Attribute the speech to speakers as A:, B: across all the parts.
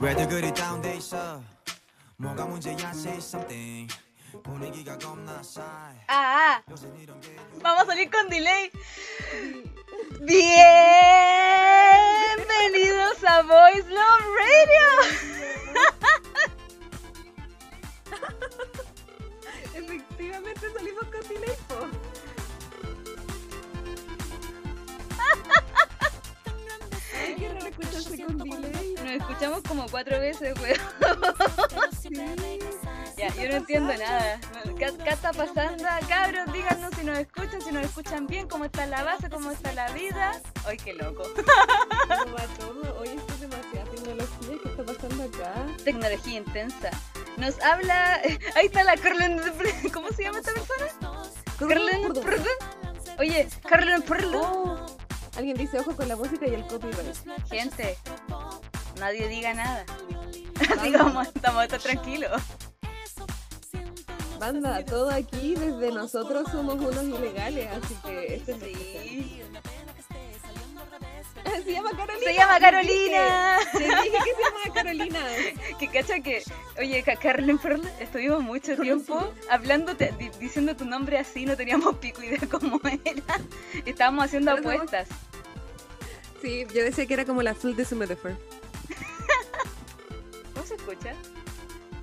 A: 왜들 그리 다운돼 있어 뭐가 문제야 say something 분위기가 겁나 싸해
B: Ah, ah,
A: 요새 이런 게
B: vamos a salir con delay. Bienvenidos a Voice Love Radio.
C: Efectivamente salimos con delay, po. Hay que reescucharse con delay.
B: Nos escuchamos como cuatro veces, weón. Ya, yo no entiendo nada. ¿Qué, qué está pasando? Cabros, díganos si nos escuchan, si nos escuchan bien, cómo está la base, cómo está la vida. Ay, qué loco.
C: ¿Cómo va todo? Hoy esto es demasiada tecnología. ¿Qué está pasando acá?
B: Tecnología intensa. Nos habla. Ahí está la Carlen. ¿Cómo se llama esta persona? Carlen. Oye, Carlen Perlo.
C: Oh, alguien dice ojo con la música y el copyright.
B: Gente, nadie diga nada. Así como estamos a estar tranquilos.
C: Banda, todo aquí desde nosotros somos unos ilegales, así que este es
B: Sí.
C: Se llama Carolina.
B: Se llama
C: te
B: Carolina.
C: dije. Te dije que se llama Carolina.
B: Que cacha que, oye, ca- Carlen Perl, estuvimos mucho tiempo hablando, diciendo tu nombre así, no teníamos pico idea cómo era. Estábamos haciendo
C: Pero somos-
B: apuestas.
C: Sí, yo decía que era como la azul de su metáfora.
B: ¿Cómo se escucha?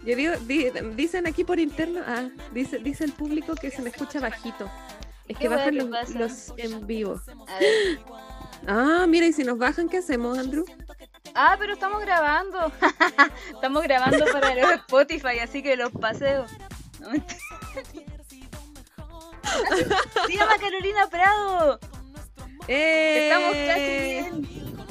C: Yo digo, di- dicen aquí por interno, ah, dice, dice el público que se me escucha bajito. Es
B: ¿Qué
C: que bajan
B: hueá te
C: los,
B: pasa?
C: los en vivo.
B: A ver.
C: Ah, mira, y si nos bajan, ¿qué hacemos, Andrew?
B: Ah, pero estamos grabando. estamos grabando para los Spotify, así que los paseo. No, mentira. Se llama Carolina Prado.
C: ¡Eh!
B: Estamos casi bien.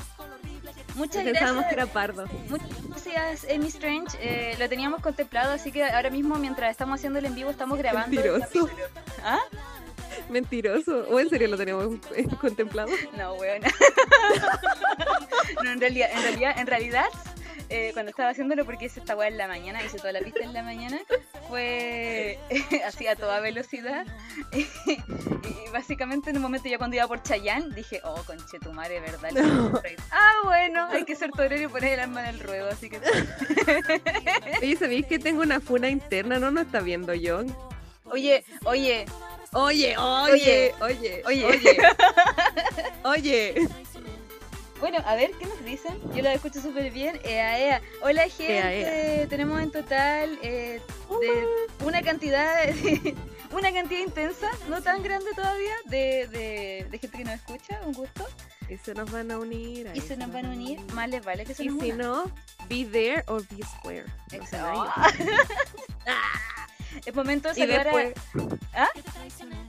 B: Muchas
C: Pensábamos
B: gracias.
C: que era pardo.
B: Muchas gracias, Amy Strange. Eh, lo teníamos contemplado, así que ahora mismo, mientras estamos haciendo el en vivo, estamos grabando. el
C: Mentiroso.
B: capítulo. ¿Ah?
C: Mentiroso. ¿O en serio lo tenemos eh, contemplado?
B: No, weón. no, en realidad, en realidad, en realidad eh, cuando estaba haciéndolo, porque hice esta weá en la mañana, hice toda la pista en la mañana, fue así a toda velocidad. y, básicamente en un momento ya cuando iba por Chayán, dije, oh, conchetumare, ¿verdad? Le
C: No.
B: voy a reír". Ah, bueno, hay que ser torero y poner el arma en el ruedo, así que...
C: Oye, ¿sabéis que tengo una funa interna? No nos está viendo John.
B: Oye, oye,
C: Oye,
B: Oye,
C: oye, oye,
B: oye.
C: oye. Oye.
B: Bueno, a ver, ¿qué nos dicen? Yo la escucho súper bien. Ea, ea. Hola, gente.
C: Ea,
B: Tenemos en total eh, de una cantidad una cantidad intensa, no tan grande todavía, de, de- de gente que nos escucha. Un gusto.
C: Y se nos van a unir. ahí
B: Y se nos van a unir.
C: unir.
B: Más les vale que se
C: Y
B: nos
C: si
B: unan.
C: no, be there or be square. No se
B: Exacto.
C: vayan.
B: Ah. Es momento de
C: Y
B: saludar
C: después,
B: ¿Ah?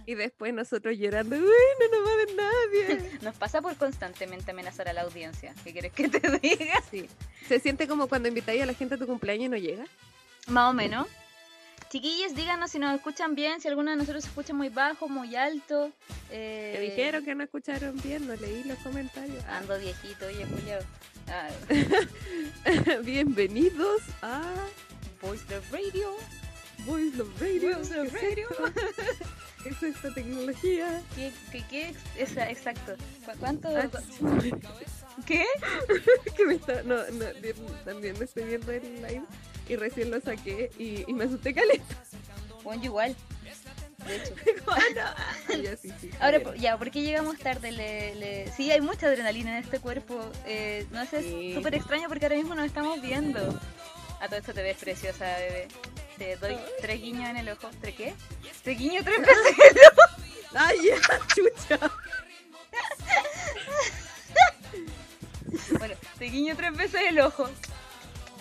C: y después nosotros llorando, uy, no nos va a ver nadie.
B: a... Nos pasa por constantemente amenazar a la audiencia. ¿Qué quieres que te diga?
C: Sí. Se siente como cuando invitáis a la gente a tu cumpleaños y no llega.
B: Más o menos. Chiquillos, díganos si nos escuchan bien, si alguno de nosotros se escucha muy bajo, muy alto. Eh,
C: Te dijeron que no escucharon bien, no leí los comentarios. Ah,
B: Ando viejito, oye, Julio. Ah,
C: Bienvenidos a
B: Voice the Radio.
C: Voice of Radio.
B: Voice of
C: ¿Qué es
B: Radio.
C: esto? ¿Qué es esta tecnología?
B: ¿Qué, qué, qué ex- esa- exacto. ¿Cu- ¿Cuánto?
C: Ah,
B: cu-
C: sí.
B: ¿Qué?
C: que me está, no, no, bien, también me estoy viendo el live y recién lo saqué y, y me asusté caleta.
B: Bueno, yo igual. De hecho.
C: Digo, "Ah, no". Ah, ya, sí, sí, está
B: Ahora,
C: bien.
B: po- ya, ¿por qué llegamos tarde? Le, le- Sí, hay mucha adrenalina en este cuerpo. Eh, no sé,
C: Sí.
B: es súper extraño porque ahora mismo nos estamos viendo. A todo esto te ves preciosa, bebé. Te doy tres guiños en el ojo. ¿Tres qué? Te guiño tres veces.
C: Ay, ya, chucha.
B: Bueno, te guiño tres veces el ojo.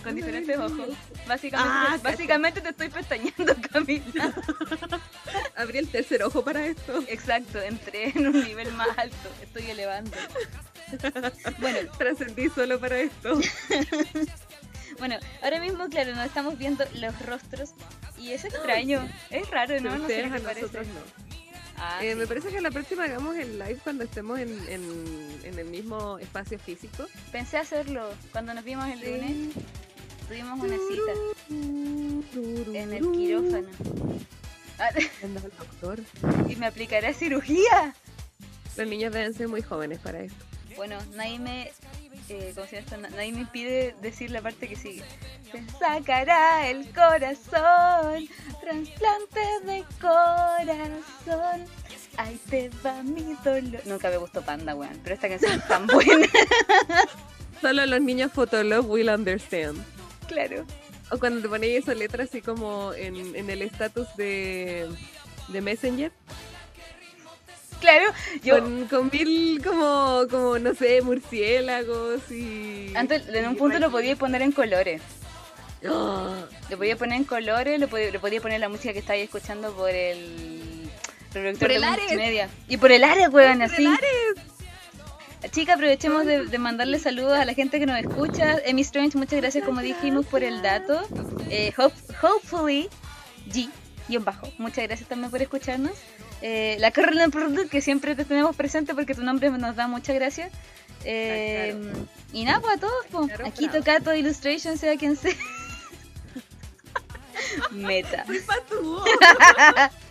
B: Con diferentes ojos. Básicamente,
C: Ah, cacho.
B: básicamente te estoy pestañando, Camila.
C: Abrí el tercer ojo para
B: Eh,
C: esto.
B: Exacto, entré en un nivel más alto. Estoy elevando. Bueno,
C: Trascendí solo para esto.
B: bueno, ahora mismo, claro, nos estamos viendo los rostros y es extraño. Es raro, ¿no?
C: Pero
B: No sé
C: ustedes
B: qué
C: a
B: te parece.
C: nosotros no.
B: Ah,
C: Eh,
B: sí.
C: Me parece que la próxima hagamos el live cuando estemos en, en- en el mismo espacio físico.
B: Pensé hacerlo cuando nos vimos el lunes. Tuvimos una cita en el quirófano. Ah,
C: Anda el doctor.
B: y me aplicará cirugía.
C: Los niños deben ser muy jóvenes para esto.
B: Bueno, nadie me eh, ¿cómo se llama esto? Na- Nadie me impide decir la parte que sigue. Te sacará el corazón, trasplante de corazón. Ahí te va mi dolor. Nunca me gustó Panda, weón, pero esta canción es tan buena,
C: Solo los niños Fotolog will understand.
B: claro.
C: O cuando te ponéis esa letra así como en, en el estatus de, de Messenger.
B: Claro, yo
C: Con, con mil como, como, no sé, murciélagos y...
B: antes en un punto lo podía poner en colores.
C: ¡Ah!
B: Lo podía poner en colores, lo podía, lo podía poner la música que estáis escuchando por el reproductor
C: Por el
B: de
C: Ares.
B: multimedia. Y por el Ares, weón,
C: Por el
B: así. Chica, aprovechemos de, de mandarle saludos a la gente que nos escucha. Emi Strange, muchas gracias, como dijimos, por el dato. Eh, hope- hopefully, G, guión bajo. Muchas gracias también por escucharnos. Eh, la Carolina Purdue, que siempre te tenemos presente porque tu nombre nos da muchas gracias. Eh,
C: Ah,
B: Y nada, pues a todos, pues.
C: Claro,
B: Aquí
C: bravo.
B: toca todo Illustration, sea quien sea. Meta.
C: Patú.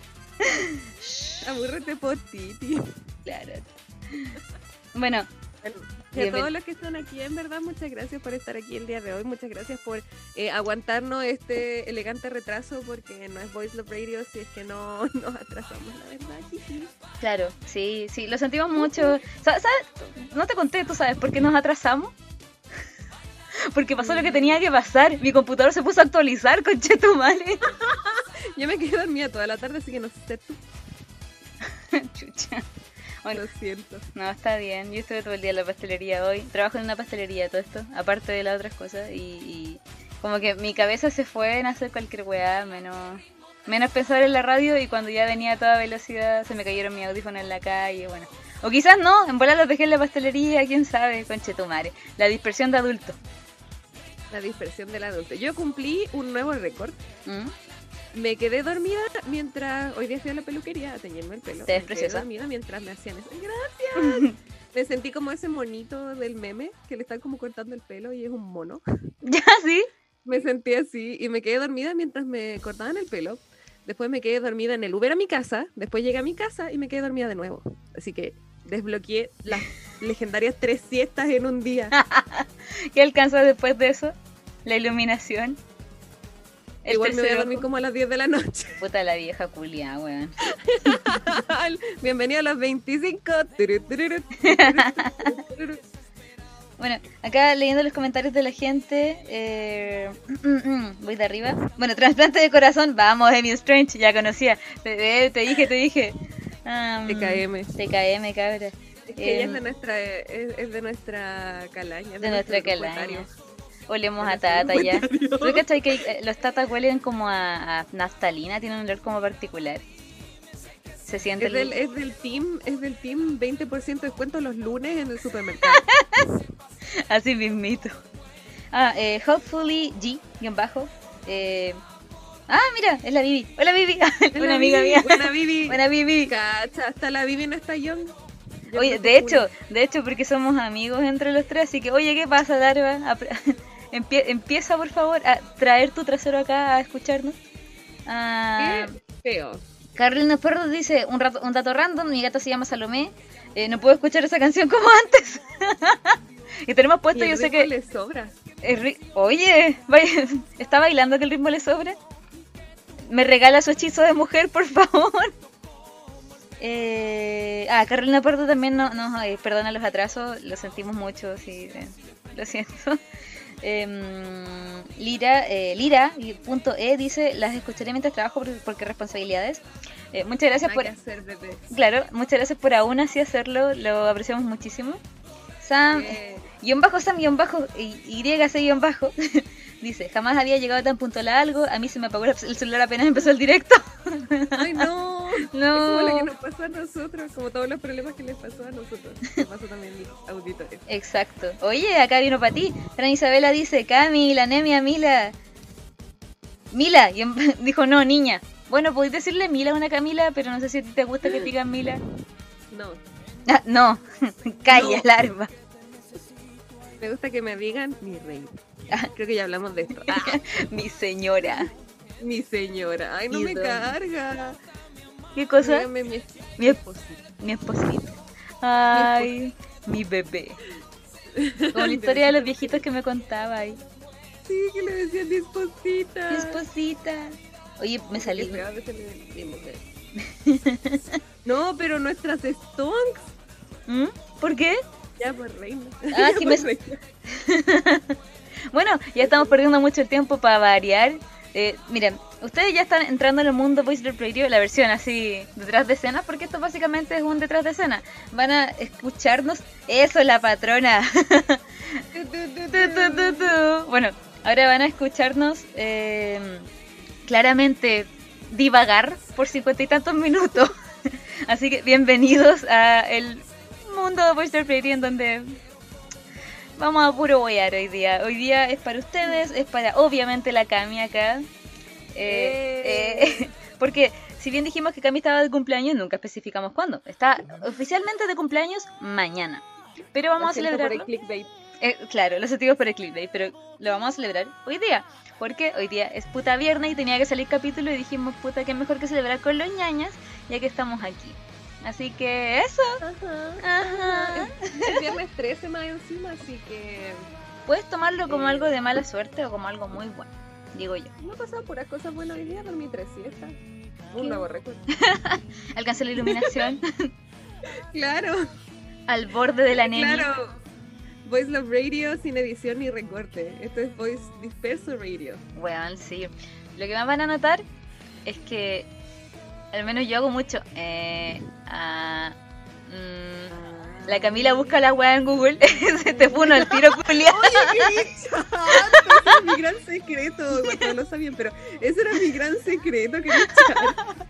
C: Amúrrete por ti, tío.
B: Claro. Bueno,
C: Y a
B: Bienven-
C: todos los que están aquí, en verdad, muchas gracias por estar aquí el día de hoy. Muchas gracias por eh, aguantarnos este elegante retraso porque no es Voice Love Radio si es que no nos atrasamos, la verdad. jiji.
B: Claro, sí, sí, lo sentimos mucho. Sa- ¿Sabes? No te conté, tú sabes, por qué nos atrasamos. Porque pasó lo que tenía que pasar. Mi computador se puso a actualizar, conchetumale.
C: Yo me quedé dormida toda la tarde, así que no sé tú.
B: Chucha. Bueno.
C: Lo siento.
B: No, está bien. Yo estuve todo el día en la pastelería hoy. Trabajo en una pastelería, todo esto, aparte de las otras cosas. Y, y como que mi cabeza se fue en hacer cualquier weá, menos, menos pensar en la radio. Y cuando ya venía a toda velocidad, se me cayeron mis audífonos en la calle. Bueno, o quizás no, en volar los dejé en la pastelería, quién sabe, conchetumare. La dispersión de adultos.
C: La dispersión del adulto. Yo cumplí un nuevo récord.
B: ¿Mm?
C: Me quedé dormida mientras hoy día fui a la peluquería a teñirme el pelo.
B: Te ves
C: me
B: preciosa.
C: Quedé dormida mientras me hacían eso. Gracias. Me sentí como ese monito del meme que le están como cortando el pelo y es un mono.
B: ya, sí.
C: Me sentí así y me quedé dormida mientras me cortaban el pelo. Después me quedé dormida en el Uber a mi casa. Después llegué a mi casa y me quedé dormida de nuevo. Así que desbloqueé las legendarias tres siestas en un día.
B: ¿Qué alcanzó después de eso? La iluminación. El
C: Igual me voy a
B: tercer
C: dormir
B: ojo.
C: como a las 10 de la noche.
B: Puta la vieja culia, weón.
C: Bienvenido a los 25. Turu, tururu, tururu.
B: Bueno, acá leyendo los comentarios de la gente, eh, voy de arriba. Bueno, trasplante de corazón, vamos, Amy Strange, ya conocía. Te, eh, te dije, te dije. Am,
C: E TKM.
B: TKM, cabra.
C: Es que ella es de
B: Em,
C: nuestra, es, es de nuestra calaña. es
B: De nuestra calaña. Olemos a
C: Pero soy
B: tata
C: muy
B: ya.
C: tario.
B: ¿Tú cachai que eh, los tatas huelen como a, a naftalina? Tienen un olor como particular. Se siente
C: Es
B: el-
C: del, es del team, es del team 20% descuento los lunes en el supermercado.
B: Así mismito. Ah, eh, Hopefully G, guión bajo. Eh, ah, mira, es la Vivi. Hola Vivi, una
C: Hola,
B: amiga
C: Vivi,
B: mía.
C: Buena Vivi.
B: Buena Vivi.
C: Cacha, hasta la Vivi no está young. Yo
B: Oye,
C: creo
B: de
C: que
B: hecho, de hecho, porque somos amigos entre los tres, así que, oye, ¿qué pasa, Darva? Apre- empie- empieza, por favor, a traer tu trasero acá a escucharnos. Ah,
C: Julia- Qué feo.
B: Carolina Perro dice, un, rato- un dato random, mi gata se llama Salomé, eh, no puedo escuchar esa canción como antes. y tenemos puesto,
C: Y
B: yo
C: el
B: sé
C: ritmo
B: que...
C: le sobra.
B: El ri- Oye, vaya- está bailando que el ritmo le sobra. Me regala su hechizo de mujer, por favor. Eh, ah, Carolina Pardo también no, no, ay, perdona los atrasos, lo sentimos mucho, sí, eh, lo siento. Em, Lira, eh, Lira y punto E dice, las escucharé mientras trabajo por- porque responsabilidades. Eh, muchas gracias
C: Nada
B: por,
C: que hacer, bebé.
B: claro, muchas gracias por aún así hacerlo, lo apreciamos muchísimo. Sam,
C: Eh,
B: Guión bajo Sam, guión bajo, y- YC, guión bajo. Dice, jamás había llegado tan puntual a algo, a mí se me apagó el celular apenas empezó el directo.
C: Ay, no. Es como lo que
B: No.
C: nos pasó a nosotros, como todos los problemas que les pasó a nosotros. Les pasó también a mis auditores.
B: Exacto. Oye, acá vino para ti. Fran Isabela dice, Cami, la anemia, Mila. Mila, guión ba- dijo, no, niña. Bueno, podéis decirle Mila a una Camila, pero no sé si a ti te gusta que te digan Mila.
C: No,
B: Ah, no, calla,
C: No.
B: larva.
C: me gusta que me digan mi reina. Creo que ya hablamos de esto. Ah,
B: Mi señora.
C: mi señora. Ay, no
B: Mi
C: me
B: dona.
C: carga.
B: ¿Qué cosa?
C: Dígame mi
B: Mi-
C: esposa.
B: Mi esposita. Ay, mi bebé. Como la historia de los viejitos que me contaba ahí.
C: Sí, que le decían mi esposita.
B: Mi esposita. Oye, me salí.
C: Qué feo decirle mi mujer. No, pero nuestras stonks.
B: ¿Mm? ¿Por qué?
C: Ya por reina.
B: Ah,
C: Ya
B: sí,
C: por
B: me-
C: reina.
B: Bueno, ya estamos perdiendo mucho tiempo para variar. Eh, miren, ustedes ya están entrando en el mundo Voice Rap Radio, la versión así detrás de escena, porque esto básicamente es un detrás de escena. Van a escucharnos. Eso, la patrona. Tu, tu, tu, tu, tu. Bueno, ahora van a escucharnos eh, claramente divagar por cincuenta y tantos minutos. Así que bienvenidos a el mundo Voice Rap Radio en donde Vamos a puro boyar hoy día. Hoy día es para ustedes, es para obviamente la Cami acá. Eh, eh, porque si bien dijimos que Cami estaba de cumpleaños, nunca especificamos cuándo. Está oficialmente de cumpleaños mañana. Pero vamos a
C: Lo siento por el
B: celebrarlo.
C: clickbait.
B: Eh, claro, los sentimos por el clickbait, pero lo vamos a celebrar hoy día. Porque hoy día es puta viernes y tenía que salir capítulo y dijimos, puta, que mejor que celebrar con los ñañas, ya que estamos aquí. Así que eso. Eh,
C: Ajá.
B: Ajá.
C: El viernes 13 más encima, así que
B: Puedes tomarlo como
C: Eh.
B: algo de mala suerte o como algo muy bueno, digo yo.
C: no pasaba puras cosas buenas hoy día, dormí tres siestas.
B: ¿Qué?
C: Un nuevo récord.
B: Alcanzó la iluminación
C: Claro,
B: al borde de la nena.
C: claro. Voice Love Radio sin edición ni recorte. Esto es Voice Disperso Radio.
B: Weón, sí. Lo que más van a notar es que al menos yo hago mucho. eh, ah, mm, la Camila busca la weá en Google. Se te puno el tiro culiado.
C: Oye, qué chato, ese es mi gran secreto. Bueno, todos lo sabían, pero ese era mi gran secreto que era chato.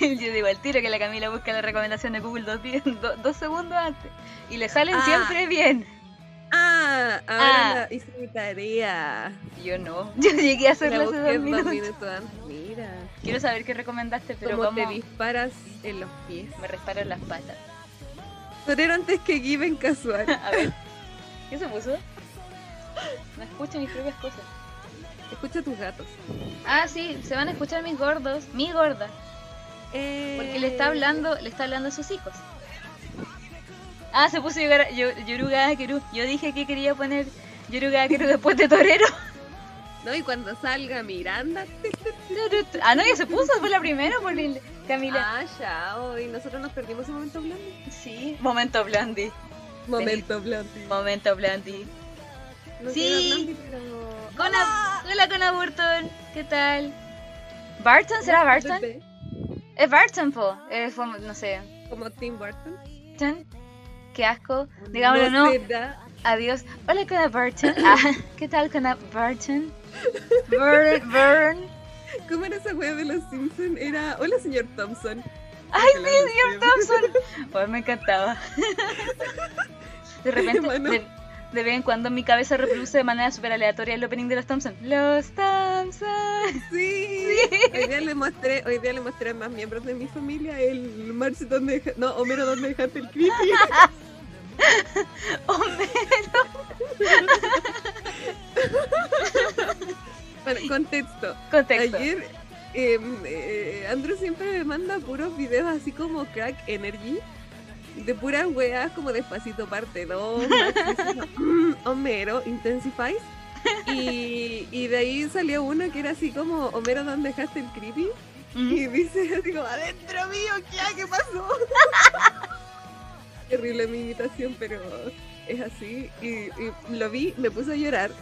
B: yo digo al tiro que la Camila busca la recomendación de Google dos, días- do- dos segundos antes. Y le salen
C: Ah.
B: siempre bien.
C: Ah,
B: Ah.
C: ahora la- hice mi tarea.
B: Yo no. Yo llegué a hacerlo
C: La
B: hace
C: busqué
B: dos
C: dos
B: minutos.
C: minutos antes. Mira,
B: Quiero saber qué recomendaste, pero
C: cómo te
B: cómo
C: disparas en los pies.
B: me resparon las patas.
C: Torero antes que Given casual.
B: A ver. ¿Qué se puso? No escucho mis propias cosas.
C: Escucha a tus gatos.
B: Ah, sí, se van a escuchar mis gordos, mi gorda,
C: Eh,
B: porque le está hablando, le está hablando a sus hijos. Ah, se puso Yogar- Yo- Yoruga Akeru. Yo dije que quería poner Yoruga Akeru después de Torero.
C: No, y cuando salga Miranda, te-
B: Ah, no, ya se puso, fue la primera por el- Camila.
C: ah, chao. Y nosotros nos perdimos ese momento blandi.
B: Ah, Sí, momento Blandi, Momento
C: blandi.
B: momento Blandi.
C: No
B: Sí.
C: sé, Blandi, pero-
B: Con la- Hola, Cona Burton, ¿qué tal? ¿Barton? ¿Será Barton? Es Barton, po. Eh, fue- no sé.
C: Como Tim Burton.
B: Barton, qué asco. Digámoslo, no.
C: se da.
B: Adiós. Hola, Cona Burton. Ah, ¿Qué tal, Cona Burton? Burn, burn.
C: ¿Cómo era esa wea de los Simpsons? Era. Hola, señor Thompson.
B: Ay, sí,
C: Porque la versión-
B: señor Thompson. Pues me encantaba. De repente,
C: Hermano.
B: de, de vez en cuando mi cabeza reproduce de manera súper aleatoria el opening de los Thompson. Los Thompson.
C: Sí. Hoy día le mostré, hoy día le mostré a más miembros de mi familia el March donde deja- no, Homero donde dejaste el creepy. Bueno, contexto.
B: Contexto.
C: Ayer eh, eh, Andrew siempre me manda puros videos así como crack energy. De puras weas como despacito parte 2, Homero, Intensifies. Y, y de ahí salió uno que era así como Homero, ¿dónde dejaste el creepy?
B: Mm.
C: Y dice así como, adentro mío, ¿qué, hay? ¿Qué pasó? Terrible mi imitación, pero es así. Y, y lo vi, me puse a llorar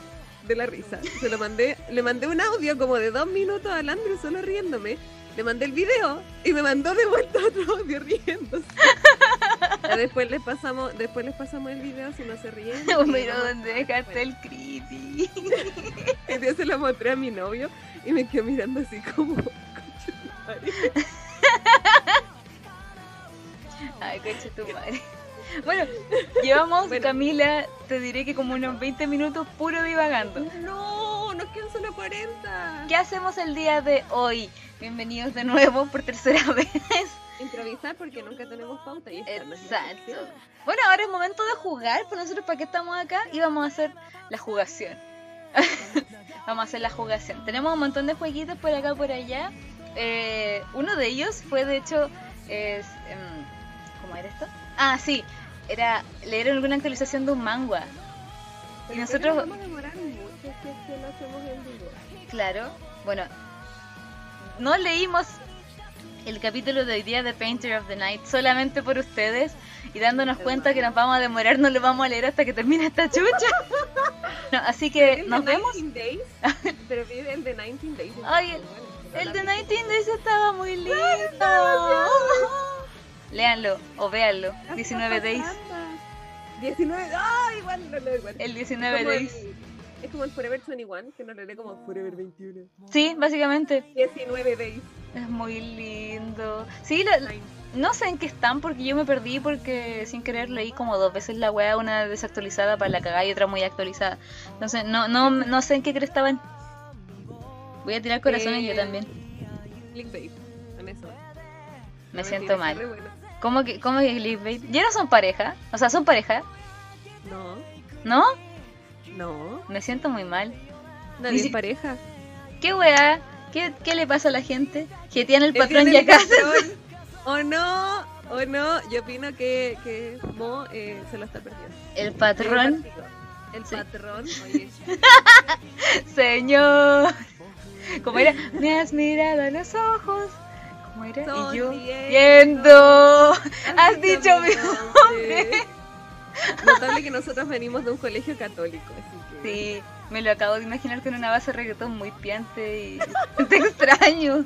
C: de la risa. Se lo mandé, le mandé un audio como de dos minutos al Andrew solo riéndome. Le mandé el video y me mandó de vuelta otro audio riéndose. Ya después les pasamos, después les pasamos el video si no se ríen.
B: Homero, ¿dónde dejaste el creepy?
C: Y yo se lo mostré a mi novio y me quedó mirando así como. "Conche tu madre".
B: Ay, coche tu madre. Bueno, llevamos,
C: Bueno.
B: Camila, te diré que como unos 20 minutos puro divagando.
C: No, nos quedan solo 40.
B: ¿Qué hacemos el día de hoy? Bienvenidos de nuevo por tercera vez.
C: Improvisar porque nunca tenemos pauta y esta no es la
B: Exacto.
C: sección.
B: Bueno, ahora es momento de jugar, pero nosotros para qué estamos acá y vamos a hacer la jugación. vamos a hacer la jugación. Tenemos un montón de jueguitos por acá, por allá. Eh, uno de ellos fue, de hecho, es... em, ¿Cómo era esto? Ah, sí. era leer alguna actualización de un manga.
D: Pero
B: nosotros-
D: creo que Vamos a demorar mucho si es que lo hacemos en vivo.
B: Claro, bueno, no leímos el capítulo de hoy día de Painter of the Night solamente por ustedes y dándonos cuenta que nos vamos a demorar, no lo vamos a leer hasta que termine esta chucha. No, así que
D: El
B: Eh, nos
D: de
B: vemos.
D: 19 Days, pero vi el de 19 Days.
B: Ay,
D: Muy bueno.
B: El de
D: La-
B: 19 Days estaba muy lindo. Léanlo o véanlo. 19 Days.
D: 19, ¡ay! igual no lo igual.
B: El 19
D: como el-
B: Days.
D: es como el Forever 21, que no lo leeré como Forever 21.
B: Sí, básicamente.
D: 19 Days.
B: Es muy lindo. Sí, la- la- no sé en qué están porque yo me perdí porque sin querer leí como dos veces la weá, una desactualizada para la cagada y otra muy actualizada. Entonces, no, no, no sé en qué crees estaban. Voy a tirar corazones yo
C: Eh,
B: también.
C: Clickbait. Con eso.
B: Me
D: Mentira, está
B: siento mal.
D: re bueno.
B: ¿Cómo que, cómo que clickbait? Ya no son pareja. O sea, son pareja,
C: No,
B: ¿no?
C: no.
B: Me siento muy mal.
C: Nadie
B: si-
C: es pareja.
B: ¿Qué weá? ¿Qué, qué le pasa a la gente? Jetean el patrón
C: Defienden
B: y acá.
C: el patrón. O no, o no. Yo opino que, que Mo eh, se lo está perdiendo.
B: El patrón,
C: El
B: Sí.
C: patrón. Oye,
B: señor. Como era, me has mirado a los ojos. Como era, y yo.
C: Sonriendo.
B: Yendo. Has dicho mi
C: nombre. Notable que nosotros venimos de un colegio católico, así que.
B: Sí, me lo acabo de imaginar con una base de reggaetón muy piante y te extraño.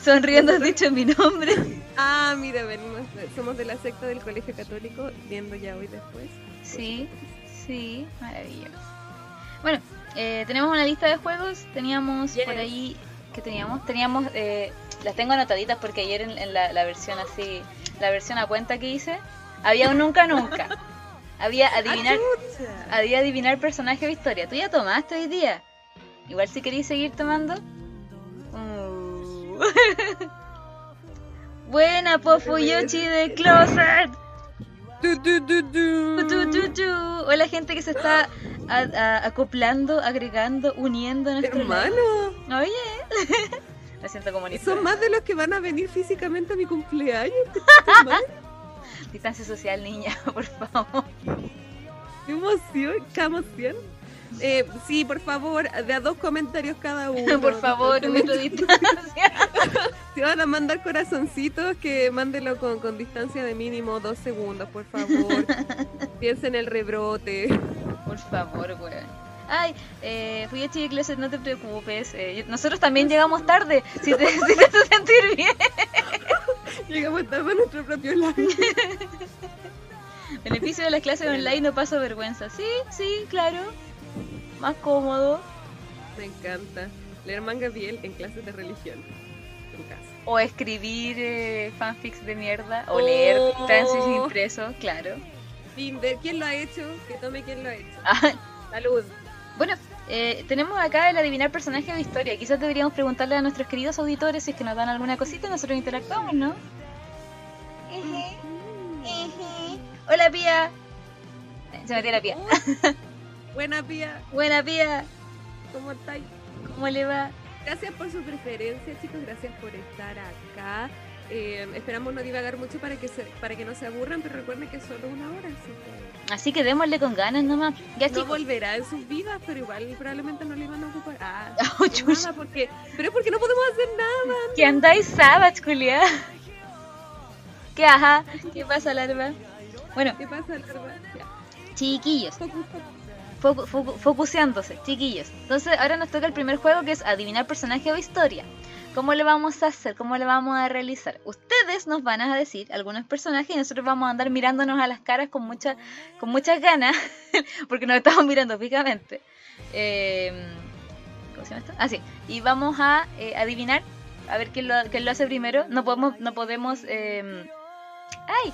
B: Sonriendo has dicho mi nombre.
C: Ah, mira, venimos, de- somos de la secta del colegio católico, viendo ya hoy después.
B: Sí, sí, maravilloso. Bueno, eh, tenemos una lista de juegos. Teníamos por
C: Yes.
B: ahí. ¿Qué teníamos? Teníamos. eh, las tengo anotaditas porque ayer en, en la, la versión así. La versión a cuenta que hice. Había un nunca nunca. había adivinar.
C: Ah,
B: Había adivinar personaje o historia. Tú ya tomaste hoy día. Igual si queréis seguir tomando. Uh. Buena, Pofuyoshi de Closet.
C: Du, du, du,
B: Tu,
C: du.
B: tu, tu, tu. Hola gente que se está a- a- acoplando, agregando, uniendo a nuestro live.
C: Hermano,
B: Oye, me siento como
C: son
B: Nicolás.
C: más de los que van a venir físicamente a mi cumpleaños.
B: Distancia social, niña, por favor.
C: ¡Qué emoción! ¡Qué emoción! Eh, sí, por favor, de a dos comentarios cada uno.
B: por favor, un metro de distancia.
C: Si van a mandar corazoncitos, que mándelo con, con distancia de mínimo dos segundos, por favor. Piensa en el rebrote.
B: Por favor, weón. Ay, eh, fui a Chibi Closet, no te preocupes. eh, yo- nosotros también llegamos tarde, si te, si te hace sentir bien.
C: Llegamos tarde a nuestro propio live.
B: Beneficio de las clases online, no paso vergüenza. Sí, sí, claro. Más cómodo.
C: Me encanta. Leer manga Biel en clases de religión. En casa.
B: O escribir eh, fanfics de mierda. O
C: Oh.
B: leer fanfics impresos, claro.
C: Tinder, ¿quién lo ha hecho? Que tome quién lo ha hecho.
B: Ah,
C: Salud.
B: bueno, eh, tenemos acá el adivinar personaje de historia. Quizás deberíamos preguntarle a nuestros queridos auditores si es que nos dan alguna cosita y nosotros interactuamos, ¿no? Eje, eje. Hola, Pía. Eh, Se metió la Pía.
C: Buena Pía,
B: Buena, Pía.
C: ¿cómo estáis?
B: ¿Cómo le va?
C: Gracias por su preferencia, chicos. Gracias por estar acá. Eh, esperamos no divagar mucho para que se- para que no se aburran, pero recuerden que es solo una hora. así que
B: Así que démosle con ganas nomás. Ya,
C: no
B: Eh, chicos.
C: volverá en sus vidas, pero igual probablemente no le van a ocupar. Ah,
B: Oh, chucha.
C: nada, porque, pero es porque no podemos hacer nada.
B: Que andáis sábados, culiá. ¿Qué ajá? ¿Qué pasa, larva? Bueno,
C: ¿Qué pasa, Larva? Ya,
B: chiquillos.
C: focus, focus.
B: focu- focu- focuseándose, chiquillos. Entonces, ahora nos toca el primer juego que es adivinar personaje o historia. ¿Cómo le vamos a hacer? ¿Cómo le vamos a realizar? Ustedes nos van a decir algunos personajes y nosotros vamos a andar mirándonos a las caras con, mucha, con muchas ganas, porque nos estamos mirando fijamente. Eh, ¿Cómo se llama esto? Ah, sí. Y vamos a eh, adivinar, a ver quién lo, quién lo hace primero. No podemos, no podemos, eh, ay,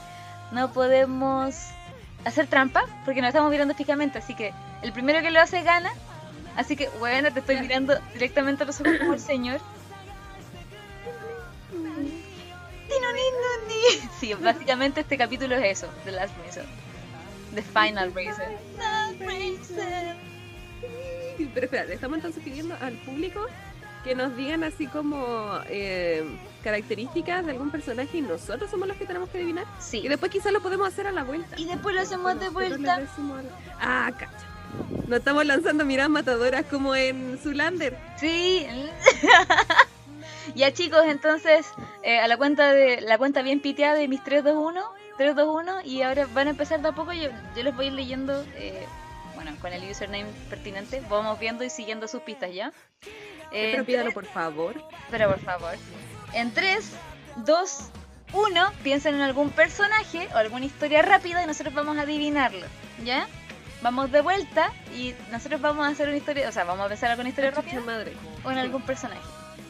B: no podemos hacer trampa, porque nos estamos mirando fijamente, así que el primero que lo hace gana. Así que, bueno, te estoy mirando directamente a los ojos como el señor. Tinoninoní. Sí, básicamente este capítulo es eso, The Last Racer. The Final Racer.
C: Pero espérate, estamos entonces pidiendo al público que nos digan así como eh, características de algún personaje y nosotros somos los que tenemos que adivinar.
B: Sí.
C: Y después quizás lo podemos hacer a la vuelta.
B: Y después lo hacemos de
C: Nosotros le
B: vuelta.
C: decimos a la- Ah, cacha. No estamos lanzando miradas matadoras como en Zulander.
B: Eh, Sí. ya chicos, entonces eh, a la cuenta de la cuenta bien piteada de mis 321, 321 y ahora van a empezar de a poco. Yo, yo les voy a ir leyendo, eh, bueno, con el username pertinente, vamos viendo y siguiendo sus pistas ya. Eh,
C: Pero pídalo por favor.
B: pero por favor. En 3, 2, 1, piensen en algún personaje o alguna historia rápida y nosotros vamos a adivinarlo, ¿ya? Vamos de vuelta y nosotros vamos a hacer una historia, o sea, vamos a pensar alguna historia rápida
C: Chucha madre.
B: o en algún personaje.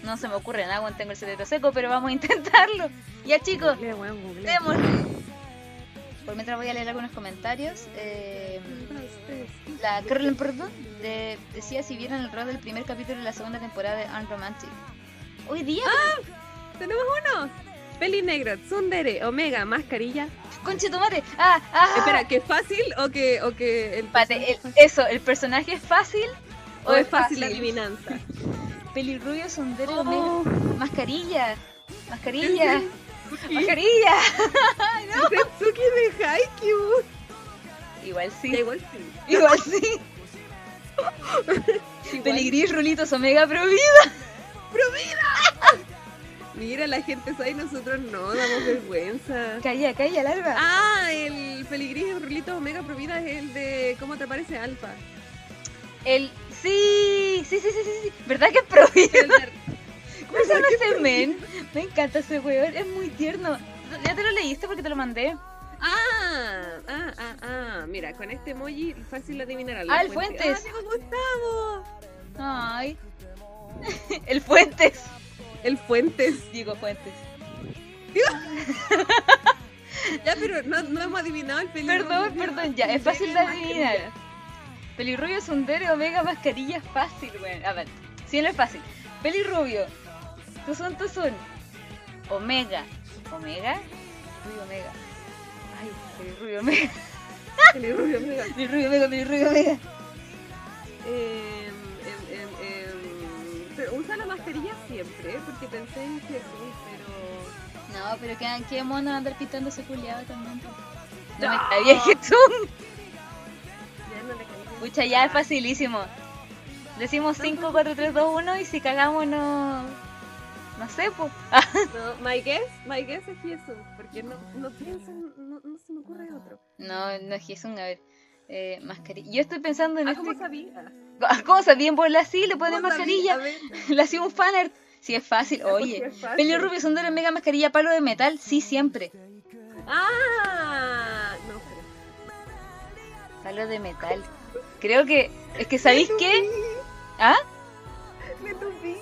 B: No se me ocurre nada, aún tengo el cerebro seco, pero vamos a intentarlo. Ya chicos,
C: Googlea, weón, googlea.
B: démosle. Por mientras voy a leer algunos comentarios. eh, la Carolyn Perdón de- decía si vieron el rol del primer capítulo de la segunda temporada de Unromantic. Hoy día,
C: Ah. Tenemos uno. Peli negra, tsundere, omega, mascarilla.
B: conchetumare. Ah, ah,
C: Espera, ¿que es fácil o que, o que el
B: Espérate, el- eso, ¿el personaje es fácil
C: o es fácil la adivinanza?
B: Pelirrubio, sondero,
C: Oh,
B: mascarilla. Mascarilla.
C: Tetsuki.
B: Mascarilla.
C: Tetsuki de Haikyuu.
B: Igual sí.
C: Ya, Igual sí.
B: Igual sí. Peligris, Rulitos, Omega, Provida.
C: Mira, la gente sabe y nosotros no, damos vergüenza.
B: Calla, calla, larva.
C: Ah, el peligrí de Rulito Omega Provida es el de cómo te parece Alfa.
B: El... Sí, sí, sí, sí, sí, sí. ¿Verdad que es Provida?
C: El de-
B: ¿Cómo se llama ese men? Me encanta ese weón, es muy tierno. ¿Ya te lo leíste porque te lo mandé?
C: Ah, ah, ah, ah. Mira, con este emoji fácil adivinar algo.
B: Ah, el Fuentes.
C: Ah, ¿cómo estamos?
B: Ay. El Fuentes.
C: El Fuentes.
B: Diego Fuentes.
C: Ya, pero no, no hemos adivinado el peligro.
B: Perdón, perdón, ya, es fácil de adivinar. Pelirrubio, Sundere, Omega, Mascarilla, es fácil, weón. A ver, sí, no es fácil. Pelirrubio, Tuzón, Tuzón, Omega, Omega, Rubio, Omega. Ay, Pelirrubio, Omega,
C: Peligro de Omega.
B: Pelirrubio, Omega, Pelirrubio, Omega.
C: Eh, em, em, em, pero usa la mascarilla siempre, porque pensé en Jesús, pero.
B: No, pero qué, qué mono andar pintando ese culiado también. pues. No,
C: No.
B: me sabía Jesús.
C: Ya no le cambié.
B: Pucha, ya es facilísimo. Decimos 5, 4, 3, 2, 1 y si cagamos no... No sé, pues.
C: No, my guess, my guess es Jesús, porque no, no pienso, en- no, no se me ocurre otro.
B: No, no es Jesús, a ver. Eh, mascarilla. Yo estoy pensando en
C: Ah,
B: este.
C: ¿cómo sabía?
B: Ah, ¿Cómo sabía? Por la sí, le pones
C: ¿Cómo sabía?
B: mascarilla.
C: A ver,
B: Le hacía un fanart. Sí, es fácil,
C: porque
B: oye.
C: es fácil.
B: Pelio rubio, sondero, mega mascarilla, palo de metal. Sí, siempre.
C: Ah, no, espera.
B: Palo de metal. Creo que. Es que, ¿sabéis qué? ¿Ah?
C: Me tupí.
B: Eh,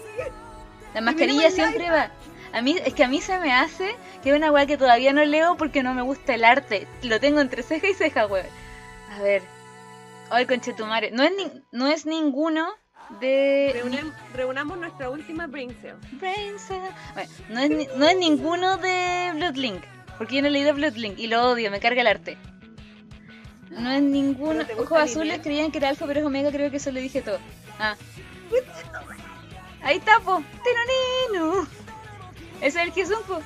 B: La
C: mira,
B: mascarilla
C: buen
B: siempre va. A mí, es que a mí se me hace que es una weá que todavía no leo porque no me gusta el arte. Lo tengo entre ceja y ceja, weón. A ver. Ay, conchetumare. No es, ni- no es ninguno de.
C: Reunam- reunamos nuestra última brain cell.
B: Brain cell. Bueno, no es, ni- no es ninguno de Bloodlink, porque yo no he leído Bloodlink y lo odio, me carga el arte. No es ninguno.
C: ¿No te gusta
B: Ojos
C: Linear?
B: azules creían que era alfa, pero es omega, creo que eso le dije todo. Ah. Ahí tapo. Tenonino. Ese es el que es un po.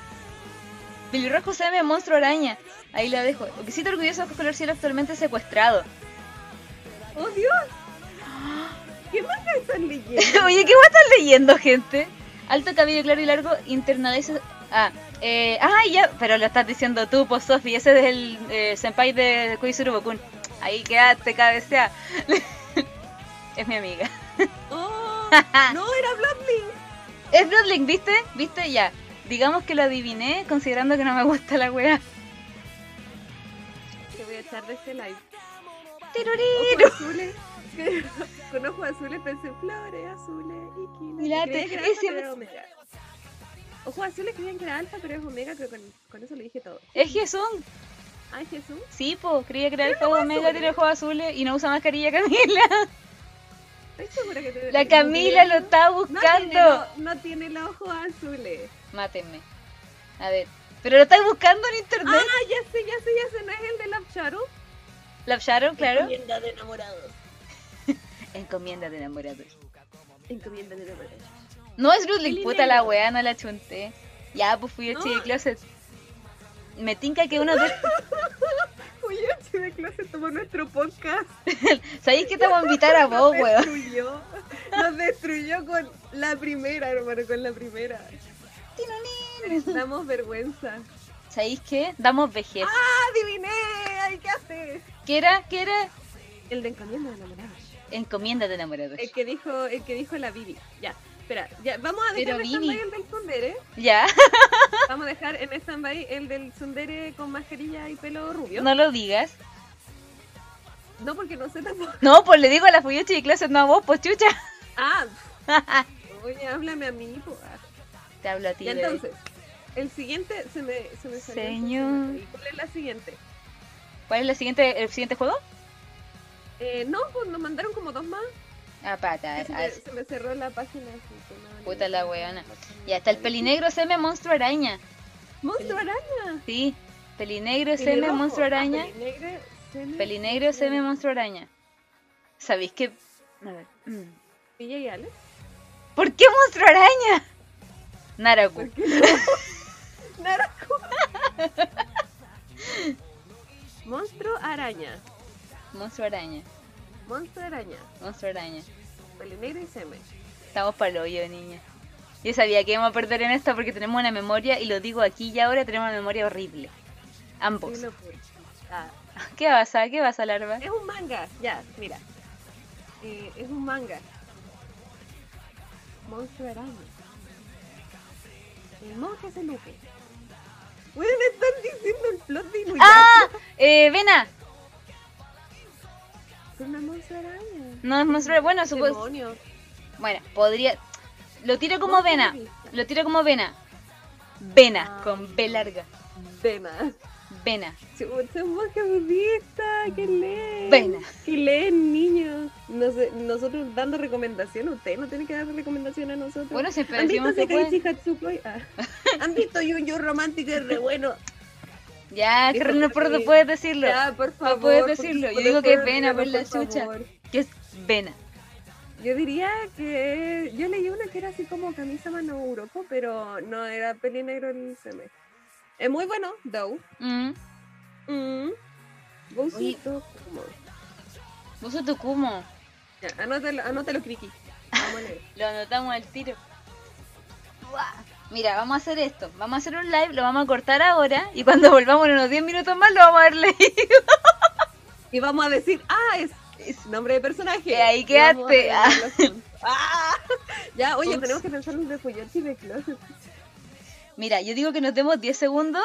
B: Pelirrojo se ve monstruo araña. Ahí la dejo. Oquisito orgulloso, ojo color cielo actualmente secuestrado.
C: ¡Oh, Dios! ¿Qué manga están leyendo?
B: Oye, ¿qué guay estás leyendo, gente? Alto cabello claro y largo, internaliza... Ah, eh, ah, ya, pero lo estás diciendo tú, po, Sofi. Ese es el eh, senpai de Koizuru Bokun. Ahí quedaste, cabecea. es mi amiga.
C: ¡Oh! ¡No, era Bloodlink!
B: Es Bloodlink, ¿viste? ¿Viste? Ya. Digamos que lo adiviné, considerando que no me gusta la weá.
C: Te voy a echar de este live.
B: Tirurí.
C: Ojos azules. Con ojos azules pensé flores azules y quilas.
B: Y
C: Yo
B: late,
C: creía que era
B: y
C: alfa,
B: siempre-
C: pero era omega. Ojos azules creían que era alfa, pero es omega, creo que con, con eso le dije todo.
B: Es Jesús.
C: Ay, Jesús.
B: Sí, po. Creía que era el juego Omega,
C: azules.
B: tiene ojos azules y no usa mascarilla Camila.
C: Estoy segura que te
B: La Camila lo está
C: no
B: buscando.
C: tiene, lo- no tiene los ojos azules.
B: Mátenme. A ver. ¿Pero lo estáis buscando en internet?
C: Ah, ya sé, ya sé, ya sé, no es el de Love Shadow. Ah.
B: Love Shadow, claro.
D: Encomienda de enamorados.
B: Encomienda de enamorados.
C: Encomienda de enamorados.
B: No es Bruce Lee,
C: Lili
B: puta
C: negro.
B: la weá, no la chunté. Ya, pues fui Yoshi
C: No.
B: de Closet. Me tinca que uno de
C: Oye, si de clase tomó nuestro podcast.
B: ¿Sabéis que te voy a invitar a vos,
C: Nos
B: weón?
C: destruyó. Nos destruyó con la primera, hermano, con la primera. Damos vergüenza.
B: ¿Sabéis qué? Damos vejez.
C: Ah. ¡Adiviné! ¡Ay, qué haces!
B: ¿Qué era? ¿Qué era?
C: El de encomienda de enamorados.
B: Encomiéndate, enamorado.
C: El que dijo, el que dijo la Bibi. Ya, espera, ya, vamos a
B: Pero
C: dejar en
B: Bibi.
C: stand-by el del Sundere.
B: Ya,
C: Vamos a dejar en stand-by el del Sundere con mascarilla y pelo rubio. No,
B: no lo digas.
C: porque no sé tampoco.
B: No, pues le digo a la Fuyochi de Closet, no a vos, pues chucha.
C: Ah, oye, háblame a mí. po. Ah.
B: Te hablo a ti,
C: Ya,
B: bebé.
C: entonces, el siguiente se me, se me salió.
B: Señor.
C: ¿Y cuál es la siguiente?
B: ¿Cuál es la siguiente, el siguiente juego?
C: Eh, no, pues nos mandaron como dos más.
B: Ah, pata.
C: que se,
B: ah,
C: me, se me cerró la página. así que no,
B: Puta
C: no,
B: la
C: no,
B: weona.
C: no, no,
B: Ya está el
C: no.
B: pelinegro seme monstruo araña.
C: Monstruo araña.
B: Sí, pelinegro seme
C: Pelirrojo.
B: monstruo
C: Ah,
B: araña.
C: pelinegre, seme-
B: Pelinegro seme monstruo araña. ¿Sabéis qué? A ver. mm.
C: Pilla y Alex.
B: ¿Por qué monstruo araña? Naraku.
C: Narco. Monstruo araña.
B: Monstruo araña.
C: Monstruo araña.
B: Monstruo araña.
C: Pelinegro y Seme.
B: Estamos para el hoyo, niña. Yo sabía que íbamos a perder en esto porque tenemos una memoria, y lo digo aquí y ahora, tenemos una memoria horrible. Ambos.
C: Sí, lo puse. Ah,
B: ¿Qué vas a, qué vas a, larva?
C: es un manga. Ya, mira. Eh, es un manga. Monstruo araña. El monje se luque. Bueno, están diciendo el plot de Inuyasha.
B: ¡Ah! Eh, Vena.
C: Es una monstruo araña.
B: No es monstruo. Bueno, supongo.
C: Demonio.
B: Bueno, podría. Lo tiro como
C: Monstruo
B: Vena.
C: araña.
B: Lo tiro como Vena. Vena,
C: Ah.
B: con B larga.
C: Vena.
B: Vena.
C: Chuta, un monje budista, que
B: Mm.
C: leen.
B: Vena.
C: Que leen, niños. No sé, nosotros dando recomendación, usted no tiene que dar recomendación a nosotros.
B: Bueno, siempre
C: ¿Han visto
B: decimos que pueden.
C: Sekaiichi Hatsukoi? Ah. ¿Han visto Yun Yun romántico? Es re bueno.
B: Ya,
C: Dijo
B: Carlos, no
C: que
B: puedo-
C: sí.
B: puedes decirlo.
C: Ya, por favor.
B: puedes
C: por
B: decirlo. Yo
C: favor,
B: digo que es
C: por
B: Vena,
C: favor,
B: por la
C: por
B: chucha.
C: favor.
B: Que es Vena.
C: Yo diría que... Yo leí uno que era así como camisa mano Europa, pero no, era peli negro el seme. Es muy bueno, though.
B: Mm.
C: Mm.
B: Oye.
C: Gousuto Kumo.
B: Puso tu cumo.
C: Ya, anótalo, anótalo, Criki. Vamos a leer.
B: Lo anotamos al tiro. Buah. Mira, vamos a hacer esto. Vamos a hacer un live, lo vamos a cortar ahora y cuando volvamos en unos 10 minutos más lo vamos a ver leído.
C: Y vamos a decir, ah, es, es nombre de personaje.
B: Y ahí
C: Y vamos a
B: quedaste.
C: arreglarlo juntos. Ah. Ya, oye,
B: Ups.
C: tenemos que pensar un de Fuyoshi de Closet.
B: Mira, yo digo que nos demos 10 segundos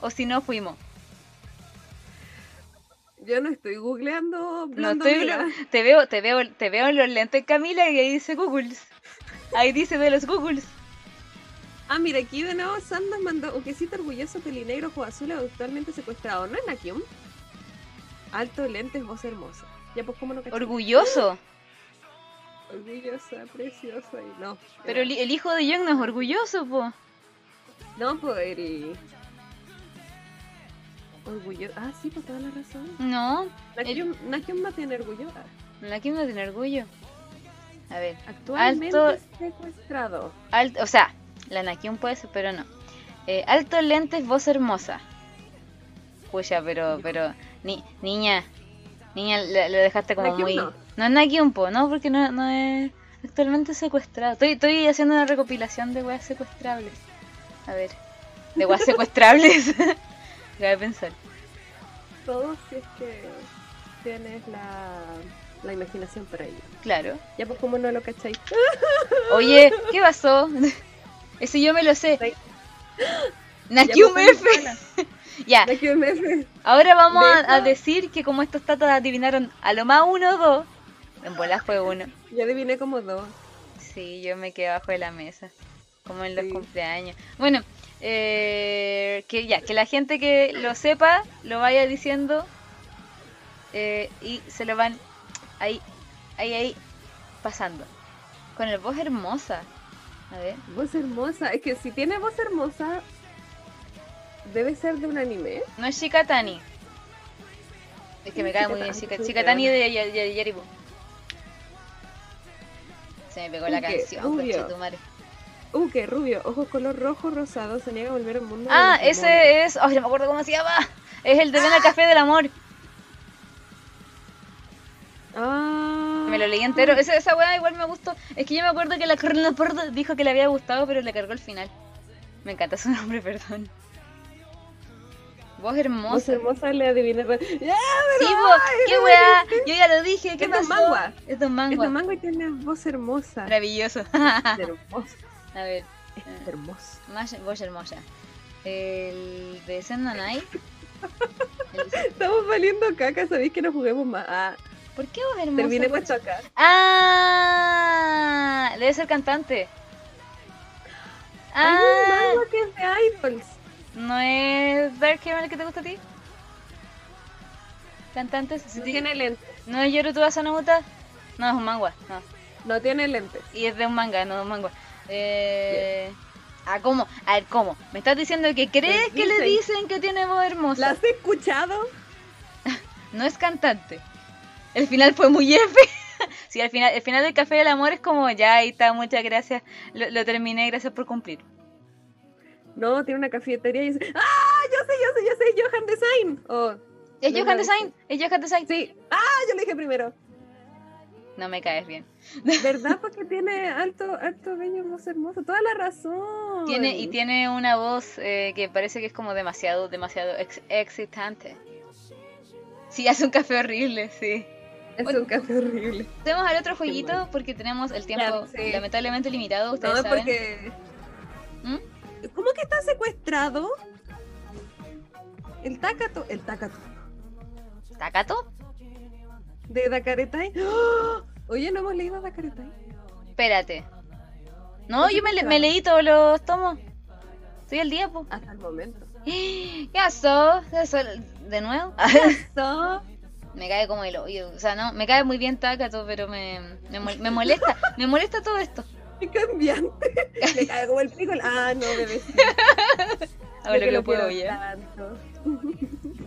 B: o si no fuimos.
C: Yo no estoy googleando.
B: No
C: Blando
B: estoy
C: Mega.
B: te veo, te veo, te veo en los lentes Camila y ahí dice Googles. Ahí dice de los Googles.
C: Ah, mira, aquí de nuevo Sam nos mandó Uquecito orgulloso, pelinegro, ojo azul, actualmente secuestrado. ¿No es Nakium? Alto, lentes, voz hermosa. Ya, pues, ¿cómo no caché?
B: Orgulloso.
C: Orgullosa, preciosa y no.
B: Pero el,
C: era-
B: el hijo de Young no es orgulloso, po.
C: No, pues el... Orgulloso. Ah, sí, por toda la razón.
B: No,
C: Nakium, Nakium no tiene orgullo. Ah.
B: la que no tiene orgullo. A ver.
C: Actualmente
B: Alto-
C: secuestrado.
B: Alt- o sea, la Nakion puede ser, pero no. Eh, alto lentes, voz hermosa. Puya, pero, pero, ni, niña, niña, la- lo dejaste como
C: Nakiun
B: muy.
C: no.
B: No es Nakion, po, no, porque no, no es actualmente secuestrado. Estoy, estoy haciendo una recopilación de weas secuestrables. A ver, de weas secuestrables. Voy a pensar.
C: Todo si es que tienes la, la imaginación para ello.
B: Claro.
C: Ya pues como no lo cacháis.
B: Oye, ¿qué pasó? Eso yo me lo sé.
C: Ay.
B: Nakion
C: Ya, pues,
B: F. Ya,
C: Nakium F.
B: Ahora vamos
C: De
B: a, a
C: hecho-
B: decir que como estos tatas adivinaron a lo más uno o dos, en bolas fue uno.
C: Yo adiviné como dos.
B: Sí, yo me quedé abajo de la mesa, como en los
C: Sí.
B: cumpleaños. Bueno, eh, que ya, que la gente que lo sepa lo vaya diciendo eh, y se lo van ahí, ahí, ahí, pasando. Con el voz hermosa. A ver.
C: Voz hermosa. Es que si tiene voz hermosa, debe ser de un anime.
B: No es Shikatani. Es que me cae muy bien Shika-
C: Shikatani,
B: Shikatani
C: weona.
B: de Yari- Yari- Yaribu. Se me pegó la
C: Uy, qué
B: canción,
C: rubio.
B: coche tu madre.
C: Uke, Uh, rubio, ojos color rojo, rosado, se niega a volver al mundo. de
B: Ah,
C: los demonios.
B: ese es. Ay, no me acuerdo cómo se llama. Es el de Ven al Café del Amor.
C: Ah.
B: Me lo leí entero. Ese- esa weá igual me gustó. Es que yo me acuerdo que la Carolina Porto dijo que le había gustado, pero le cargó el final. Me encanta su nombre, perdón. Voz
C: Voz
B: hermosa.
C: hermosa le adiviné. re- ¡Ya!
B: Sí, vos, qué weá. Yo ya lo dije. ¿Qué
C: Es
B: pasó?
C: Don Mangua.
B: Es Don Mangua.
C: Es Don Mangua y Este tiene una voz hermosa.
B: Maravilloso.
C: Es
B: A
C: hermosa.
B: ver,
C: Es hermosa.
B: más voz hermosa. El de Sendonai.
C: Estamos valiendo caca, sabéis que no juguemos más. Ah,
B: ¿Por qué voz hermosa?
C: terminé puesto acá.
B: Ah, debe ser cantante.
C: Hay un
B: Ah,
C: manga que es de Idols.
B: ¿no es Dark Hero el que te gusta a ti? Cantantes.
C: No
B: Sí.
C: tiene lentes.
B: ¿No es Yoru Tsubasa no Uta? No, es un manga. No.
C: No tiene lentes.
B: Y es de un manga, no de un manga. Eh... Ah, ¿cómo? A ver, ¿cómo? ¿Me estás diciendo que crees
C: Les
B: que le
C: dicen.
B: dicen que tiene voz hermosa?
C: ¿Las he escuchado?
B: No es cantante. El final fue muy F. sí, al final, el final del Café del Amor es como, ya, ahí está, muchas gracias. Lo, lo terminé, gracias por cumplir.
C: No, tiene una cafetería y dice. ¡Ah! Yo sé, yo sé, yo sé, Johan Design. Oh,
B: ¿Es
C: No
B: Johan
C: lo
B: Design? ¿Es Johan Design?
C: sí. ¡Ah! Yo lo dije primero.
B: No me caes bien.
C: ¿Verdad? Porque tiene alto, alto, bello, hermoso, hermoso. Toda la razón.
B: Tiene, y tiene una voz eh, que parece que es como demasiado, demasiado ex- excitante. Sí, hace un café horrible, sí.
C: Es un café horrible.
B: Pasemos al otro jueguito
C: mal.
B: porque tenemos el tiempo
C: Ya, sí.
B: lamentablemente limitado,
C: No,
B: ustedes saben.
C: porque.
B: ¿Mm?
C: ¿Cómo que está secuestrado? El Takato. El Takato.
B: ¿Takato?
C: De Dakaretai. ¡Ah! Oye, no hemos leído Dakaretai.
B: Espérate. No,
C: Está
B: yo me, le-
C: secuestrado.
B: me leí todos los tomos. Estoy al día, po.
C: Hasta el momento.
B: ¿Qué pasó? ¿Qué pasó? ¿De nuevo? Ah,
C: So,
B: me cae como el hoyo. O sea, no, me cae muy bien Takato, pero me, me, mol- me molesta. Me molesta todo esto.
C: qué cambiante. Le cae como el pico. Ah, no, bebé.
B: Ahora que lo puedo
C: quiero
B: ya.
C: tanto.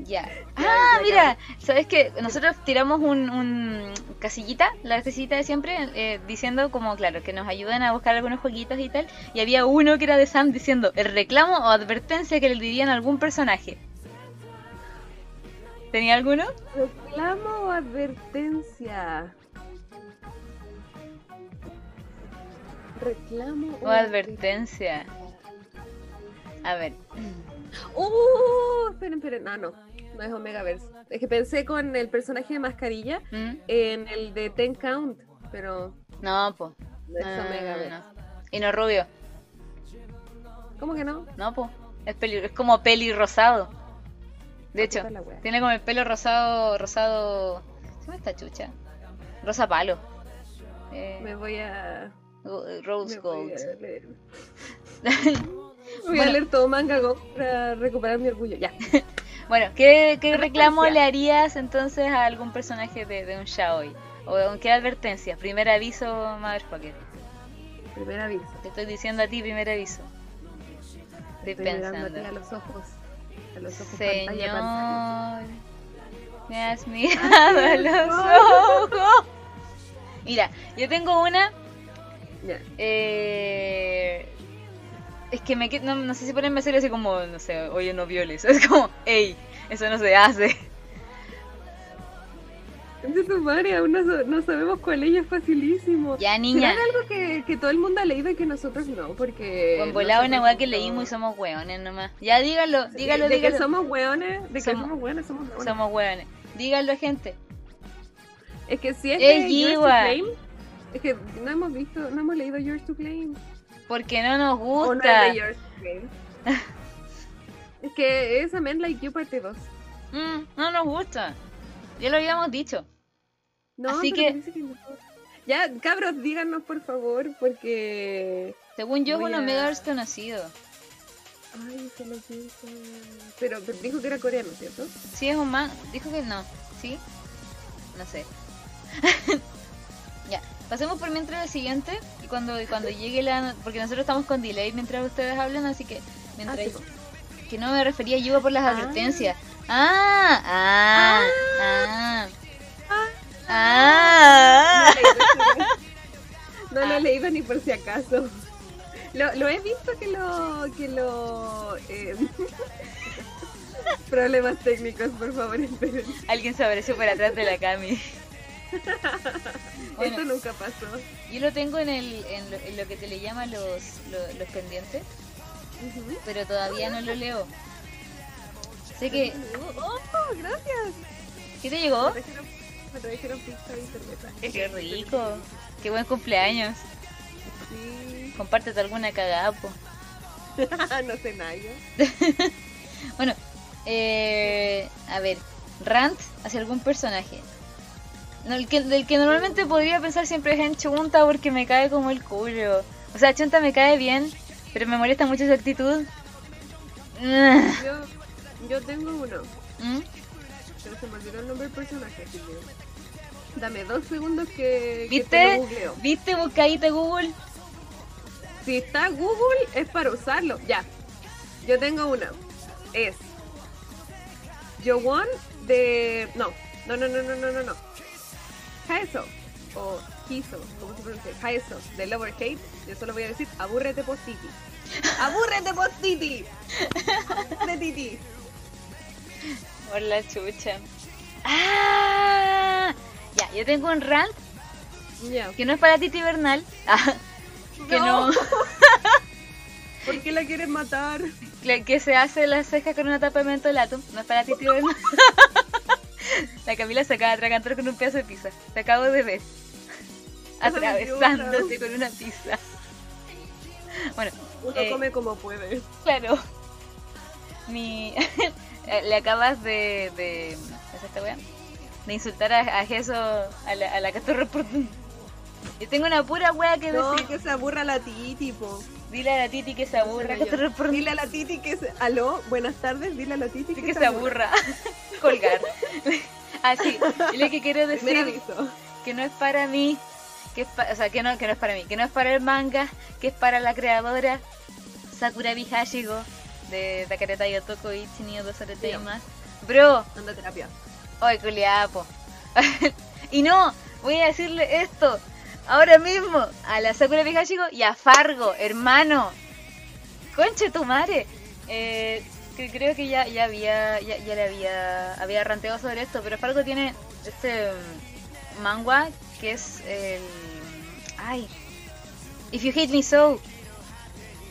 B: Ya.
C: Ya,
B: Ah,
C: ya
B: mira, ¿sabes qué? Nosotros tiramos un, un casillita, la casillita de siempre, eh, diciendo como, claro, que nos ayuden a buscar algunos jueguitos y tal. Y había uno que era de Sam diciendo el reclamo o advertencia que le dirían a algún personaje. ¿Tenía alguno?
C: Reclamo o advertencia. Reclamo
B: O advertencia. A ver.
C: ¡Uh! Esperen, esperen. Ah, no. No es Omega Verse. Es que pensé con el personaje de mascarilla
B: ¿Mm?
C: en el de Ten Count, pero
B: No, po.
C: no es
B: No, no,
C: Omega
B: no,
C: Verse.
B: no. Y no rubio.
C: ¿Cómo que no?
B: No, po. Es, peli- es como peli rosado. De hecho.
C: Puta la wea.
B: Tiene como el pelo rosado, rosado. ¿Se llama esta chucha? Rosa palo. Eh,
C: Me voy a.
B: go- eh, Rose
C: me voy
B: gold.
C: a leer. Voy a
B: Bueno.
C: leer todo manga go- para recuperar mi orgullo. Ya.
B: Bueno, ¿qué, qué reclamo
C: Advertencia.
B: le harías entonces a algún personaje de, de un yaoi? ¿O con qué advertencia? Primer aviso, motherfucker.
C: Primer aviso.
B: Te estoy diciendo a ti, primer aviso. Estoy
C: Estoy mirándote a
B: pensando.
C: los ojos. A los ojos pantalla, pantalla.
B: Señor, me has mirado a los ojos. Mira, yo tengo una
C: Ya.
B: Eh, es que me qued- no, no sé si ponerme serio así como, no sé, oye, no violes. Es como, hey, eso no se hace.
C: De tu madre, aún no, sa- no sabemos cuál es, es facilísimo.
B: Ya,
C: ¿Será
B: niña,
C: algo que, que todo el mundo ha leído y que nosotros no? Porque.
B: con volado una
C: nosotros
B: weá que
C: no-
B: leímos y somos weones nomás. Ya, dígalo,
C: de-
B: dígalo,
C: de
B: dígalo.
C: que somos hueones, de que
B: Somos-
C: somos, hueones, somos hueones.
B: Somos weones. Dígalo, gente.
C: Es que si es,
B: Es
C: de Yours to
B: Yiwa.
C: Claim, es que no hemos visto, no hemos leído Yours to Claim.
B: Porque no nos
C: O no es
B: gusta.
C: de Yours to Claim. es que es A Man Like You parte 2.
B: Mm, no nos gusta. Ya lo habíamos dicho.
C: No,
B: Así
C: pero
B: que-
C: parece no. Ya, cabros, díganos por favor, porque.
B: Según yo, es
C: Voy
B: un
C: a-
B: Omega Ars conocido.
C: Ay, se lo pienso. Pero, pero dijo que era coreano, ¿cierto?
B: Sí, es un man. Dijo que no. ¿Sí? No sé. ya. Pasemos por mientras el siguiente. Y cuando, y cuando llegue la. Porque nosotros estamos con delay mientras ustedes hablan, así que.
C: Ah,
B: Mientras,
C: sí, po.
B: Que no me refería yo por las
C: Ah.
B: advertencias. ¡Ah! ¡Ah! ¡Ah!
C: Ah.
B: ¡Ah! Ah.
C: No lo he leído ni por si acaso. Lo, lo he visto que lo. Que lo eh, Problemas técnicos, por favor, esperen.
B: Alguien se apareció por atrás de la Cami.
C: Esto
B: Bueno,
C: nunca pasó.
B: yo lo tengo en, el, en, lo, en lo que te le llaman los, lo- los pendientes,
C: Ujú.
B: pero todavía no lo leo. Sé que...
C: ¡Oh, gracias!
B: ¿Qué te llegó?
C: Me trajeron- Me trajeron pizza y cerveza.
B: ¡Qué rico! ¡Qué buen cumpleaños!
C: Sí.
B: Compártete alguna cagada, po.
C: no sé nada yo.
B: Bueno, eh, a ver, rant hacia algún personaje. No, el que, del que normalmente podría pensar siempre es en Chunta porque me cae como el culo. O sea, Chunta me cae bien, pero me molesta mucho su actitud. Mm,
C: Yo, yo tengo uno,
B: mm.
C: pero se me olvidó el nombre del personaje, así que... Dame dos segundos que, que te
B: ¿Viste?
C: lo googleo.
B: ¿Viste buscadita Google?
C: Si está Google, es para usarlo. Ya. Yo tengo una. Es. Jowon de. No. No, no, no, no, no, no, no. Haeso. O Kiso. ¿Cómo se pronuncia? Haeso. De Lover Hate. Yo solo voy a decir: abúrrete por Titi. ¡Abúrrete por Titi! De Titi.
B: Por la chucha. ¡Ah! Ya, yo tengo un rant
C: Ya.
B: que no es para Titi Bernal. Ah, que no.
C: ¿Por qué la quieres matar?
B: Cla- que se hace las cejas con una tapa de mentolato. No es para ti, tío. no. La Camila se acaba de atragantar con un pedazo de pizza. Te acabo de ver. Atravesándote con una pizza. Bueno,
C: Uno
B: Eh.
C: come como puede.
B: claro. Mi... Le acabas de... de... ¿qué es esta wea? De insultar a, a Geso, a la, a la catorra por... Yo tengo una pura wea que
C: No,
B: decir.
C: que se aburra la Titi, po.
B: Dile a la Titi que se aburra.
C: Soy yo.
B: catorra por-
C: Dile a la Titi que se... Aló, buenas tardes, dile a la Titi
B: Así que se aburra. Colgar. Así. Y lo que quiero
C: Primer
B: decir
C: aviso.
B: que no es para mí, que es pa- o sea, que no, que no es para mí, que no es para el manga, que es para la creadora Sakura Hashigo de Takareta Yotoko y Chinio Dosarete y
C: Yo.
B: más. Bro,
C: Anda a terapia.
B: Ay, culiapo. y no, voy a decirle esto ahora mismo a la Sakura Pijashigo y a Fargo, hermano. Conche tu madre. Eh, que creo que ya, ya había, ya, ya le había, había ranteado sobre esto, pero Fargo tiene este mm, manga que es el. Ay. If you hate me so.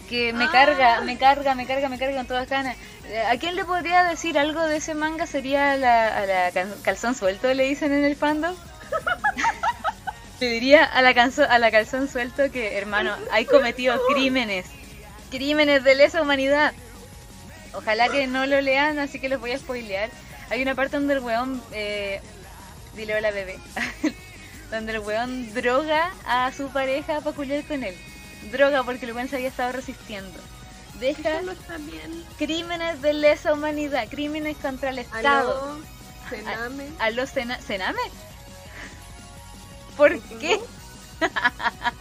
B: Que me
C: Ah.
B: carga, me carga, me carga, me carga con todas ganas. Eh, ¿A quién le podría decir algo de ese manga? Sería a la, a la can- calzón suelto, le dicen en el fandom. le diría a la, canzo- a la calzón suelto que, hermano, hay cometido crímenes. Crímenes de lesa humanidad. Ojalá que no lo lean, así que los voy a spoilear. Hay una parte donde el weón... eh, dile hola, bebé. donde el weón droga a su pareja para culiar con él. Droga porque el weón se había estado resistiendo. Deja
C: no está bien.
B: crímenes de lesa humanidad, crímenes contra el Estado.
C: Aló, cename.
B: ¿A los cena Sename? ¿Por
C: Ujú.
B: qué? ah.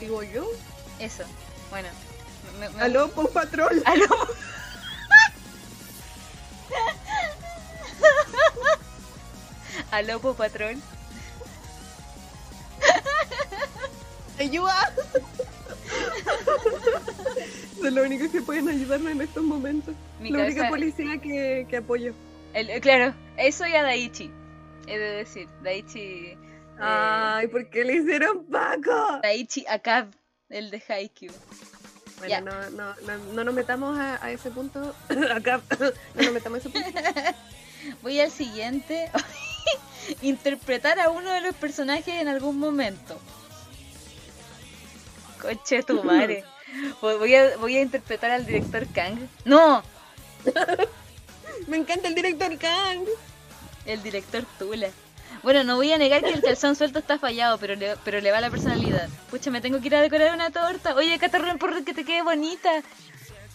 C: Digo yo.
B: Eso. Bueno. me- me-
C: Aló, Pau Patrol.
B: Aló. Aló, Pau Patrón.
C: Ayuda. Son lo único que pueden ayudarme en estos momentos.
B: Mi
C: la única
B: cabeza-
C: policía que, que apoyo.
B: El- eh, claro, eso y a Daichi. He de decir, Daichi. eh,
C: Ay, ¿por qué le hicieron Paco?
B: Daichi Akab, el de Haikyuu.
C: Bueno,
B: Ya.
C: no, no, no, no nos metamos a, a ese punto. Acá. No nos metamos a ese punto.
B: Voy al siguiente. Interpretar a uno de los personajes en algún momento. Coche tu madre. Voy voy a, voy a interpretar al director Kang. ¡No!
C: Me encanta el director Kang.
B: El director Tula. Bueno, no voy a negar que el calzón suelto está fallado, pero le, pero le va la personalidad. Pucha, me tengo que ir a decorar una torta. Oye, Catarrón, por que te quede bonita.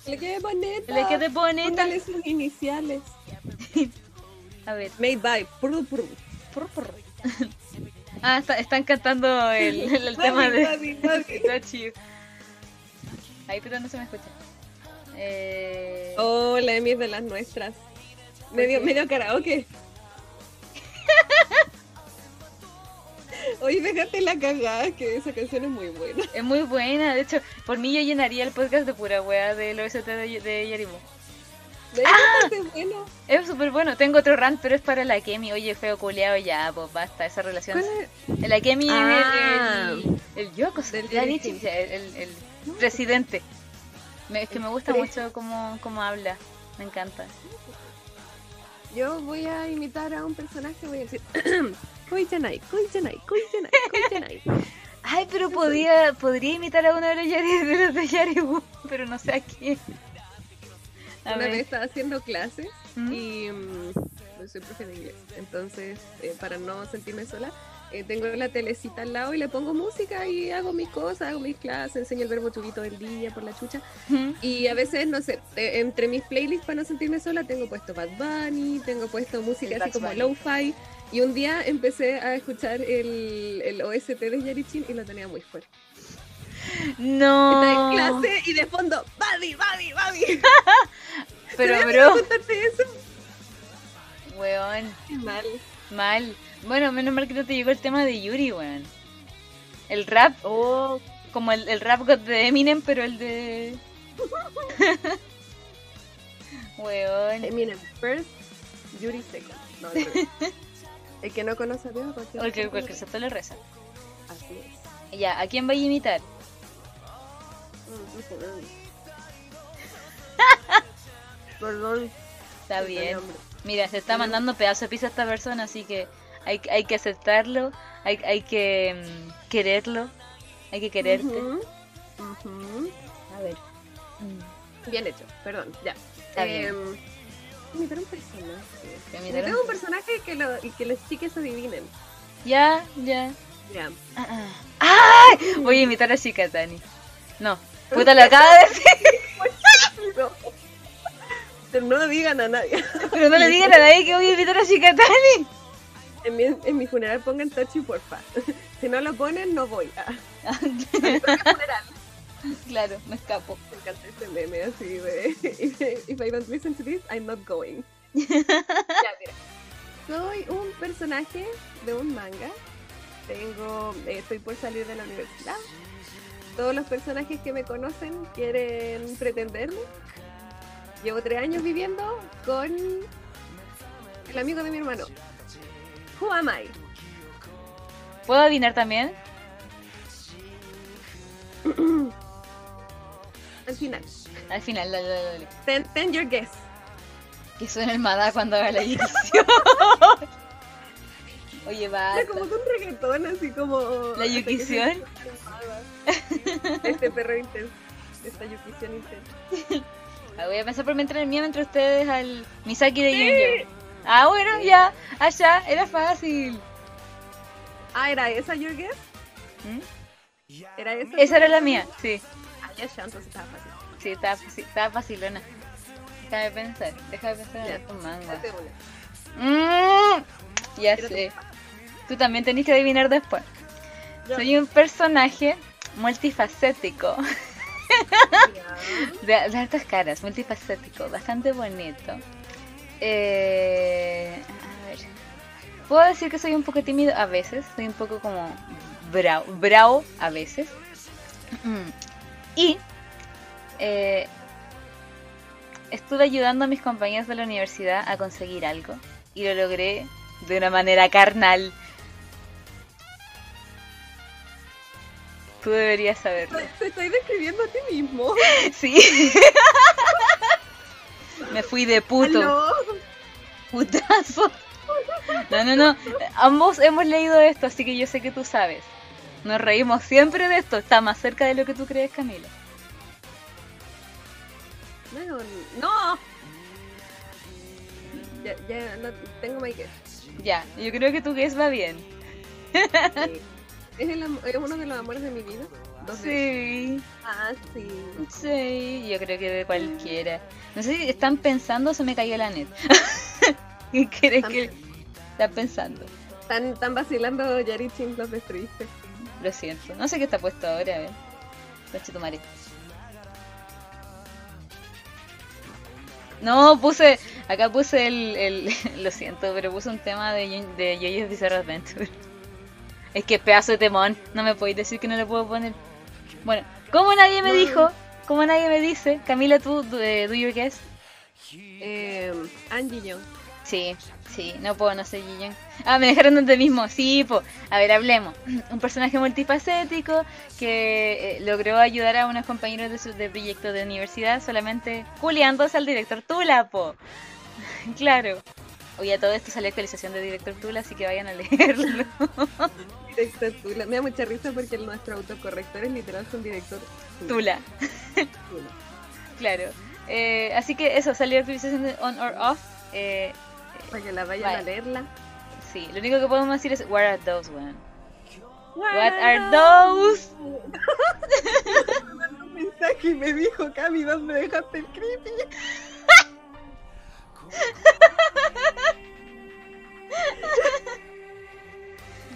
C: Le quedé bonita.
B: Le quede bonita.
C: Póngale sus iniciales.
B: A ver.
C: Made by Purdu Purdu.
B: Ah, está- están cantando el, el- el tema de... Itachi. Ahí pero no se me escucha. Eh,
C: Oh, la Emi es de las nuestras. Medio,
B: qué?
C: medio karaoke. Hoy déjate la cagada, que esa canción es muy buena.
B: Es muy buena, de hecho, por mí yo llenaría el podcast de pura wea del OST de, de Yarimo.
C: De
B: Ah.
C: verdad, es buena.
B: Es súper bueno, tengo otro rant, pero es para la Kemi. Oye, feo culeado, ya, pues basta, esa relación.
C: ¿Cuál es?
B: La Kemi,
C: Ah.
B: el, el, el Yoko,
C: Del
B: la
C: dirigente.
B: Nietzsche, el, el- el presidente. Me- es que me gusta
C: pre-
B: mucho cómo, cómo habla, me encanta.
C: Yo voy a imitar a un personaje, voy a decir, Koi Janai, Koi Janai, Koi Janai, Koi Janai.
B: Ay, pero podía, podría imitar a uno de los Yari, de los de Yaribu, pero no sé a quién. A
C: Una
B: ver.
C: vez estaba haciendo clases
B: ¿Mm?
C: y mm, yo soy profe de inglés, entonces eh, para no sentirme sola, eh, tengo la telecita al lado y le pongo música y hago mis cosas, hago mis clases, enseño el verbo chubito del día por la chucha.
B: ¿Mm?
C: Y a veces, no sé, te- entre mis playlists para no sentirme sola, tengo puesto Bad Bunny, tengo puesto música
B: El Bad
C: así como
B: Bunny.
C: lo-fi. Y un día empecé a escuchar el, el OST de Yarichin y lo tenía muy fuerte. Estaba
B: No.
C: en clase y de fondo, Buddy, Buddy, Buddy.
B: Pero,
C: Tenía que
B: bro,
C: contarte eso.
B: weón,
C: Qué mal.
B: mal. Bueno, menos mal que no te llegó el tema de Yuri, weón. El rap,
C: Oh,
B: como el, el rap god de Eminem, pero el de. weón.
C: Eminem first, Eh, Yuri second. No, al revés. El que no conoce a Dios,
B: O el que el que el santo le reza.
C: Así es.
B: Ya, ¿a quién va a imitar?
C: Mm, perdón. Perdón.
B: Está
C: por el
B: bien.
C: nombre.
B: Mira, se está
C: Sí.
B: mandando pedazo de pizza a esta persona, así que hay, hay que aceptarlo, hay, hay que mm, quererlo, hay que quererte.
C: Ujú. Ujú.
B: A ver. Mm.
C: Bien hecho, perdón, ya.
B: Está bien.
C: Em, imitar un personaje.
B: Te imitaron.
C: Imitar un personaje que, lo, y que los chiques adivinen.
B: Ya, ya.
C: Ya.
B: Ah, ah. ¡Ay! Voy a imitar a Shikatani. No. Puta, lo acaba de decir,
C: No. Pero no lo digan a nadie.
B: pero no le digan a nadie que voy a imitar a Shikatani.
C: En mi, en mi funeral pongan Tachi, porfa. Si no lo ponen, no voy. Ah,
B: claro, me escapo.
C: me encanta ese meme así de... If I don't listen to this, I'm not going. ya, mira. Soy un personaje de un manga. Tengo... eh, estoy por salir de la universidad. Todos los personajes que me conocen quieren pretenderme. Llevo tres años viviendo con el amigo de mi hermano. Who am I?
B: ¿Puedo adivinar también?
C: Al final.
B: Al final, dale, dale, dale.
C: Ten, ten your guess.
B: Que suene el madá cuando haga la inyección. Oye, va.
C: Era como con reggaetón, así como.
B: ¿La Yukisión?
C: Este perro intenso. Esta Yukisión intensa.
B: Ah, Voy a pensar por mientras el mío, mientras ustedes al Misaki de Genjo. Ah, bueno, ya. Allá, era fácil.
C: Ah, ¿era esa your guess?
B: ¿Mm?
C: ¿Era esa?
B: Esa era la mía, sí.
C: Ah, ya, ya, entonces estaba fácil.
B: Sí, estaba, faci- estaba facilona. Déjame pensar, déjame pensar en Ah, tu manga.
C: Date una.
B: Mm, ya
C: Tírate
B: sé. Tú también tenés que adivinar después.
C: Ya.
B: Soy un personaje multifacético, de, de hartas caras, multifacético, bastante bonito. Eh, a ver. Puedo decir que soy un poco tímido a veces, soy un poco como bravo, bravo a veces. Mm. Y eh, estuve ayudando a mis compañeros de la universidad a conseguir algo y lo logré de una manera carnal. Tú deberías saberlo.
C: Te- Te estoy describiendo a ti mismo.
B: Sí. Me fui de puto.
C: Aló.
B: Putazo. No, no, no. Ambos hemos leído esto, así que yo sé que tú sabes. Nos reímos siempre de esto. Está más cerca de lo que tú crees, Camila.
C: No, no. Ya, ya, no, tengo my guess.
B: Ya, yo creo que tu guess va bien.
C: Sí. Es, el am- es uno de los amores de mi vida. Dos veces.
B: Sí,
C: Ah, sí.
B: sí, yo creo que de cualquiera. No sé si están pensando o se me cayó la net. ¿Qué crees que están pensando?
C: Están, están vacilando Yarichin, los destruiste.
B: Lo siento. No sé qué está puesto ahora, eh. a ver. Conchetumare. No, puse. Acá puse el, el- Lo siento, pero puse un tema de, Yo- de Yoyos Bizarre Adventure. Es que pedazo de temón. No me podéis decir que no le puedo poner. Bueno, como nadie me dijo, como nadie me dice, Camila, tú, do, eh, do your guess.
C: Eh, Angie Young.
B: Sí, sí, no puedo, no sé, Guillén. Ah, me dejaron donde mismo, sí, po. A ver, hablemos. Un personaje multifacético que eh, logró ayudar a unos compañeros de su de proyecto de universidad solamente culiándose al director Tula, po. claro. Oye, a todo esto sale actualización de director Tula, así que vayan a leerlo.
C: Director Tula. Me da mucha risa porque el- nuestro autocorrector es literal un director
B: Tula,
C: Tula.
B: claro. Eh, así que eso, salió actualización de On or Off. Eh,
C: Para que la vayan
B: Vale.
C: a leerla.
B: sí, lo único que podemos decir es, what are those, weón? What are those?
C: Un mensaje y me dijo, Cami, ¿dónde dejaste el creepy?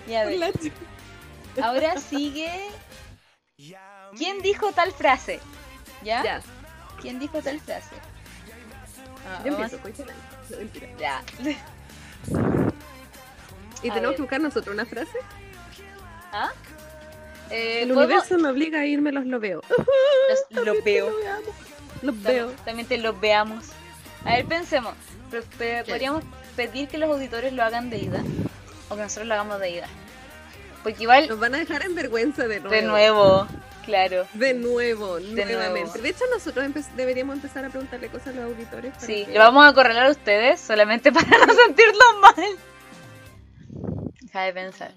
B: Ya ves.
C: La chica.
B: Ahora sigue.
A: 음.
B: ¿Quién dijo tal frase? ¿Ya?
C: Ya,
B: ¿Quién dijo tal frase? Ah,
C: yo
B: vamos-
C: empiezo, cuéntala. No, mentira.
B: Ya.
C: ¿Y
B: A
C: tenemos
B: ver. Eh,
C: que buscar nosotros una frase?
B: ¿Ah? Eh,
E: El
B: ¿podemos-
E: universo me obliga a irme, los lo veo.
B: Los- lo veo.
E: Los veo.
B: También, también te los veamos. A ver, pensemos. Pe- pe- Podríamos pedir que los auditores lo hagan de ida. O que nosotros lo hagamos de ida. Porque igual,
C: Nos van a dejar en vergüenza de nuevo.
B: de nuevo, claro.
C: De nuevo,
B: nuevo.
C: nuevamente. De hecho, nosotros empe- deberíamos empezar a preguntarle cosas a los auditores. para
B: Sí,
C: que-
B: lo vamos a acorralar a ustedes solamente para no sentirlo mal. Deja de pensar.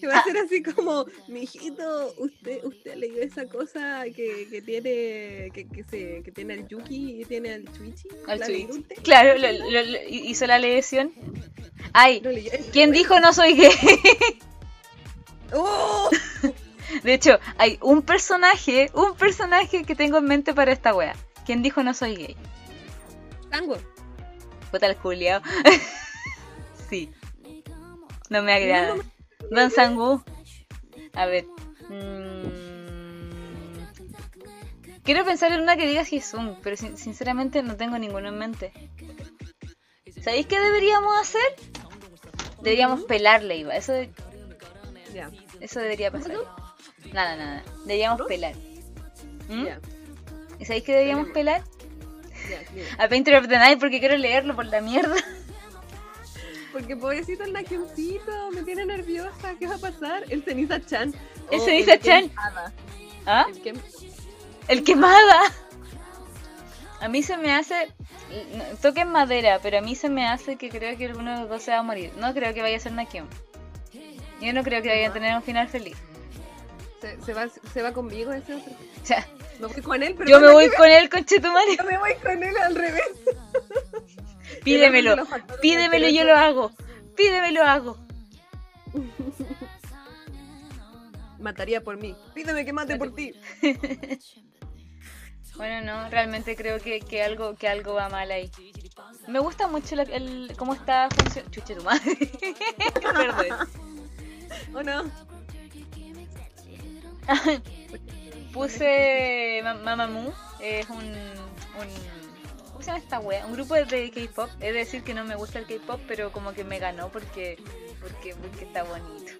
C: Que va a ser así como, mijito, usted, usted leyó esa cosa que, que tiene que, que se, que tiene al Yuki y tiene al Chuichi.
B: Al
C: ¿La
B: Twitch.
C: leíste?
B: Claro, lo- lo- lo- hizo la lección. Ay,
C: Lo leyó.
B: ¿quién dijo no soy gay?
C: ¡Oh!
B: De hecho, hay un personaje, un personaje que tengo en mente para esta wea. ¿Quién dijo no soy gay?
C: Tango.
B: Puta el culiao. sí. No me agrada.
C: No,
B: Don Sangu. A ver. mm, Quiero pensar en una que diga Jisung, pero sin- sinceramente no tengo ninguno en mente. ¿Sabéis qué deberíamos hacer? Deberíamos pelarle, Iba. Eso,
C: Ya,
B: eso debería pasar. Nada, nada. Deberíamos pelar. ¿Mm?
C: ya,
B: ¿Y sabéis qué deberíamos pelar?
C: ya. mira.
B: A Painter of the Night porque quiero leerlo por la mierda.
C: Porque pobrecito el Nacioncito, me tiene nerviosa. ¿Qué va a pasar? El Ceniza Chan.
B: El
C: O
B: Ceniza
C: el Ken
B: Chan.
C: Hada.
B: ¿Ah?
C: El Ken-
B: El quemada. A mí se me hace. no, Toquen madera, pero a mí se me hace que creo que alguno de los dos se va a morir. No creo que vaya a ser Nakion. Yo no creo que vaya a tener un final feliz.
C: Se, se va, se va conmigo ese otro.
B: O sea,
C: Me voy con él, pero
B: yo
C: no
B: me
C: hay
B: voy con él, conchetumare.
C: que- me voy con él al revés.
B: Pídemelo. Pídemelo y yo lo hago. Pídemelo hago.
C: Mataría por mí. Pídeme que mate por ti.
B: Bueno, no, realmente creo que, que algo que algo va mal ahí. Me gusta mucho la- el, cómo está funcionando. Chuche tu madre. Perdón.
C: ¿O no?
B: Puse Ma- Mamamoo, es un, un- ¿Cómo se llama esta wea? Un grupo de K-pop. Es decir, que no me gusta el K-pop, pero como que me ganó porque, porque, porque está bonito.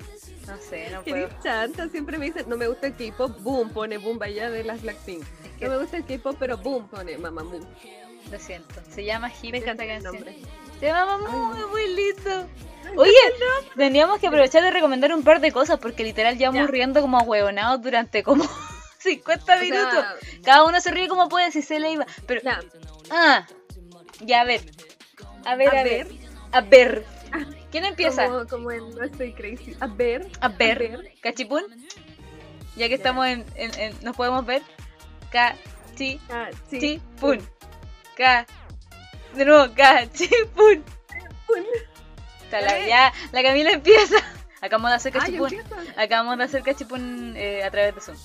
B: No sé, no puedo.
C: Eres chanta, siempre me dicen, no me gusta el K-pop, boom, pone boom, vaya de las Blackpink.
B: que-
C: No me gusta el K-pop, pero boom, pone mamamoo.
B: Lo siento. Se llama Hip
C: Me encanta
B: esta
C: el
B: canción.
C: nombre.
B: Se llama Mamamoo, es muy lindo. Oye, tendríamos que aprovechar de recomendar un par de cosas porque literal llevamos
C: Ya.
B: riendo como huevonados durante como 50
C: O sea,
B: minutos. Cada uno se ríe como puede si se le iba. Pero
C: ya,
B: Ah, ya a ver. A ver, a,
C: A
B: ver.
C: ver.
B: A ver. ¿Quién empieza?
C: Como, como en No Estoy Crazy. A ver,
B: A ver.
C: a ver.
B: ¿Cachipún? Ya que estamos en, en- en- ¿Nos podemos ver? Cachipún.
C: ah, sí.
B: Ca. De nuevo, cachipún.
C: Pun.
B: Chala,
C: ¿Eh?
B: ya. La Camila empieza. Acabamos de hacer
C: Ah, yo
B: cachipún.
C: empiezo.
B: Acabamos de hacer cachipún eh, a través de Zoom.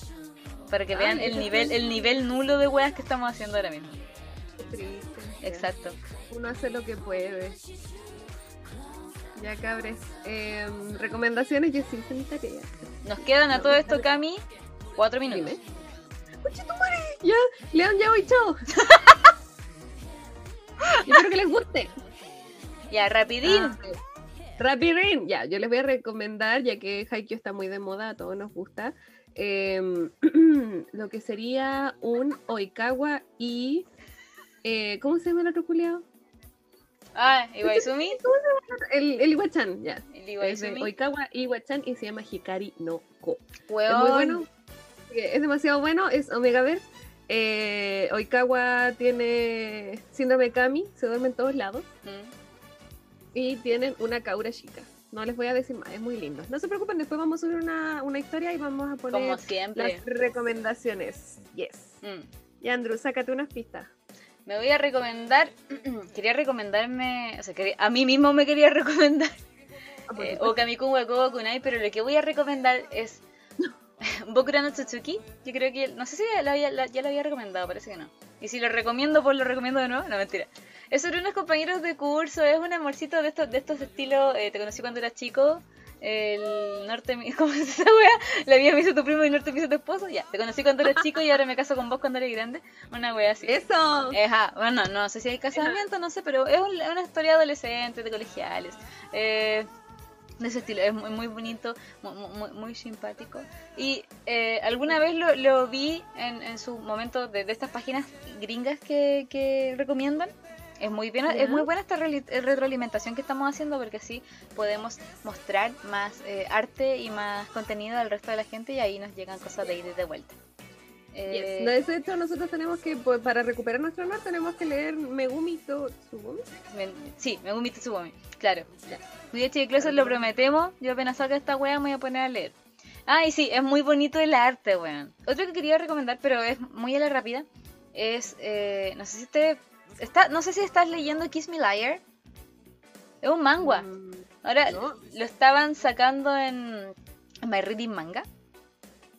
B: Para que
C: Ah,
B: vean el
C: entonces-
B: nivel, el nivel nulo de weas que estamos haciendo ahora mismo.
C: Qué triste.
B: Exacto.
C: Uno hace lo que puede. Ya cabres. Em, recomendaciones, yo sí hice mi tarea.
B: Nos quedan a
C: No,
B: todo
C: está
B: esto, Cami,
C: bien.
B: cuatro minutos.
C: Dime. ¡Conche tu madre! Ya, León, ya voy, chao. Yo espero que les guste.
B: Ya, rapidín.
C: Ah, Rapirin, ya, yo les voy a recomendar, ya que Haikyuu está muy de moda, a todos nos gusta, em, lo que sería un Oikawa y... eh, ¿Cómo se llama el otro culiao?
B: Ah, Iwaizumi.
C: El, el Iwachan, ya.
B: El
C: Es de
B: Iwaizumi.
C: Oikawa Iwachan y se llama Hikari no Ko.
B: Weón.
C: Es muy bueno. eh, Es demasiado bueno. Es Omegaverse. Eh, Oikawa tiene síndrome de Kami. Se duerme en todos lados.
B: Mm.
C: Y tienen una Kaura chica. No les voy a decir más. Es muy lindo. No se preocupen. Después vamos a subir una, una historia y vamos a
B: Como
C: poner
B: siempre.
C: las recomendaciones. Yes.
B: Mm.
C: Y Andrew, sácate unas pistas.
B: Me voy a recomendar. quería recomendarme. O sea, quería- a mí mismo me quería recomendar.
C: Ah, pues,
B: eh, Okamikun Wakogo Kunai, pero lo que voy a recomendar es. Bokura no Tsutsuki. Yo creo que. No sé si la había- la- ya lo había recomendado, parece que no. Y si lo recomiendo, pues lo recomiendo de nuevo. No, mentira. Es sobre unos compañeros de curso, es un amorcito de estos, de estos estilos. eh, te conocí cuando eras chico. El norte. me- ¿Cómo es esa wea? La vida me hizo tu primo y el norte me hizo tu esposo. Ya, te conocí cuando eras chico y ahora me caso con vos cuando eres grande. Una wea así.
C: Eso.
B: Ajá, bueno, no sé si hay casamiento, no sé, pero es un- es una historia adolescente, de colegiales. eh, de ese estilo, es muy, muy bonito, mu- mu- muy, muy simpático. Y eh, alguna vez lo, lo vi en, en su momento de, de estas páginas gringas que, que recomiendan. Es muy, bien,
C: Ya.
B: es muy buena esta reali- eh, retroalimentación que estamos haciendo porque así podemos mostrar más eh, arte y más contenido al resto de la gente y ahí nos llegan cosas de ida y de vuelta. Eh,
C: Yes. De hecho, nosotros tenemos que, pues, para recuperar nuestro honor, tenemos que leer Megumi Totsugumi.
B: Me- sí, Megumi Tsubame, claro.
C: Ya.
B: Cuidado de Closet lo prometemos. Yo apenas saca esta weá me voy a poner a leer. Ah, y sí, es muy bonito el arte, weón. Otro que quería recomendar, pero es muy a la rápida, es, eh, no sé si te... Está, no sé si estás leyendo Kiss Me Liar. Es un manga.
C: Mm,
B: Ahora
C: no.
B: lo estaban sacando en My Reading Manga.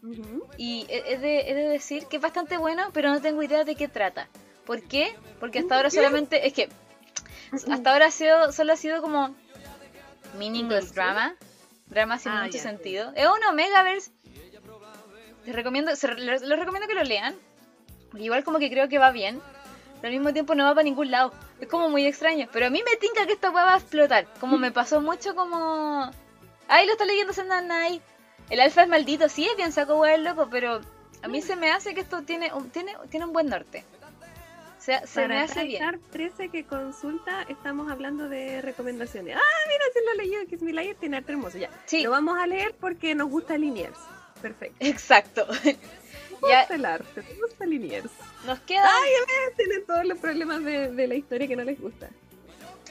C: Ujú.
B: Y he he de, he de decir que es bastante bueno, pero no tengo idea de qué trata. ¿Por qué? Porque hasta ahora solamente. Es que. Hasta ahora ha sido, solo ha sido como. Meaningless drama. Drama sin
C: Mm, Ah,
B: mucho
C: ya, sí.
B: sentido. Es un Omegaverse. Les recomiendo, se- les, les recomiendo que lo lean. Porque igual, como que creo que va bien. Pero al mismo tiempo no va para ningún lado. Es como muy extraño. Pero a mí me tinca que esta weá va a explotar. Como me pasó mucho como. Ay, lo está leyendo Sandanai. El alfa es maldito, sí, es bien saco hueá el loco, pero a mí se me hace que esto tiene un, tiene, tiene un buen norte. O sea, se me
C: Para
B: hace bien.
C: Tryhard 13 que consulta, estamos hablando de recomendaciones. Ah, mira, si lo leyó, que es mi layer, tiene arte hermoso. Ya,
B: Sí,
C: lo vamos a leer porque nos gusta Liniers. Perfecto.
B: exacto.
C: Nos
B: Ya.
C: gusta el arte, nos gusta Liniers.
B: Nos queda,
C: Tienen todos los problemas de, de la historia que no les gusta.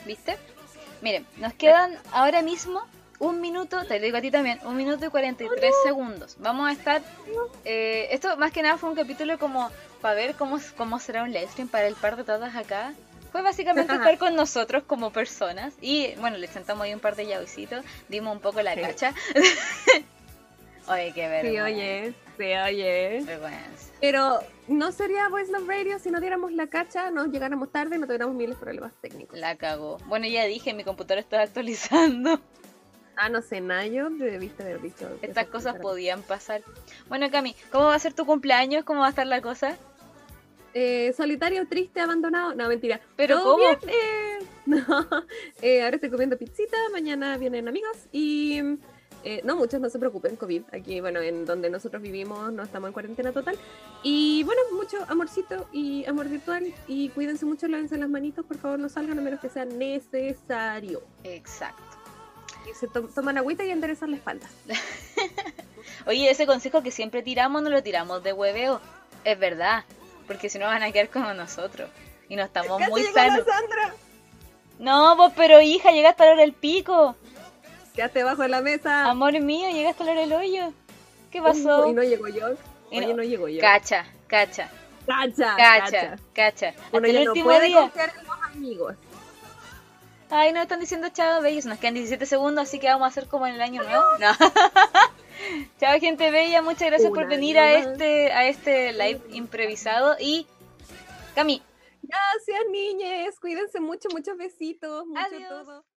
B: ¿viste? Miren, nos quedan ahora mismo un minuto, te lo digo a ti también, un minuto y
C: Oh,
B: 43 segundos. Vamos a estar... eh, esto más que nada fue un capítulo como para ver cómo, cómo será un live stream para el par de todas acá. Fue básicamente estar con nosotros como personas y bueno, le sentamos ahí un par de llavecitos, dimos un poco la
C: Sí.
B: cacha. oye, qué vergüenza.
C: Sí, oye, sí, oye.
B: Vergüenza.
C: Pero no sería Voice Love Radio si no diéramos la cacha, no llegáramos tarde, no tuviéramos miles de problemas técnicos.
B: La cagó. Bueno, ya dije, mi computadora está actualizando.
C: Ah, no sé, Nayo, debiste haber dicho.
B: Estas
C: esas
B: cosas
C: antes.
B: podían pasar. Bueno, Cami, ¿cómo va a ser tu cumpleaños? ¿Cómo va a estar la cosa?
C: Eh, solitario, triste, abandonado. No, mentira.
B: Pero
C: Todo
B: ¿cómo?
C: bien, eh, no. Eh, ahora estoy comiendo pizzita, mañana vienen amigos y eh, no muchos, no se preocupen, COVID. Aquí, bueno, en donde nosotros vivimos no estamos en cuarentena total. Y bueno, mucho amorcito y amor virtual y cuídense mucho, lávense las manitos, por favor, no salgan a menos que sea necesario.
B: Exacto.
C: Y se to- toman agüita y enderezan la espalda.
B: Oye, ese consejo que siempre tiramos, no lo tiramos de hueveo. Es verdad, porque si no van a quedar como nosotros. Y no estamos muy sanos.
C: Sandra!
B: No, vos, pero hija, llegaste a la hora del pico.
C: Quedaste debajo de la mesa.
B: Amor mío, llegaste a la hora del hoyo. ¿Qué
C: Uh,
B: pasó?
C: y no llegó yo.
B: Y
C: Oye,
B: no-
C: no, llegó yo.
B: Cacha, cacha,
C: Cacha,
B: cacha, cacha. Hasta
C: Uno
B: el
C: ya no
B: último
C: puede
B: día.
C: confiar en los amigos.
B: Ay, no están diciendo chao, bellos. Nos quedan 17 segundos, así que vamos a hacer como en el año nuevo. No. chao, gente bella. Muchas gracias por
C: Un
B: venir
C: año
B: a
C: más.
B: este, a este live improvisado. Y, Cami,
C: Gracias, niñes. Cuídense mucho, muchos besitos. Mucho
B: Adiós.
C: todo.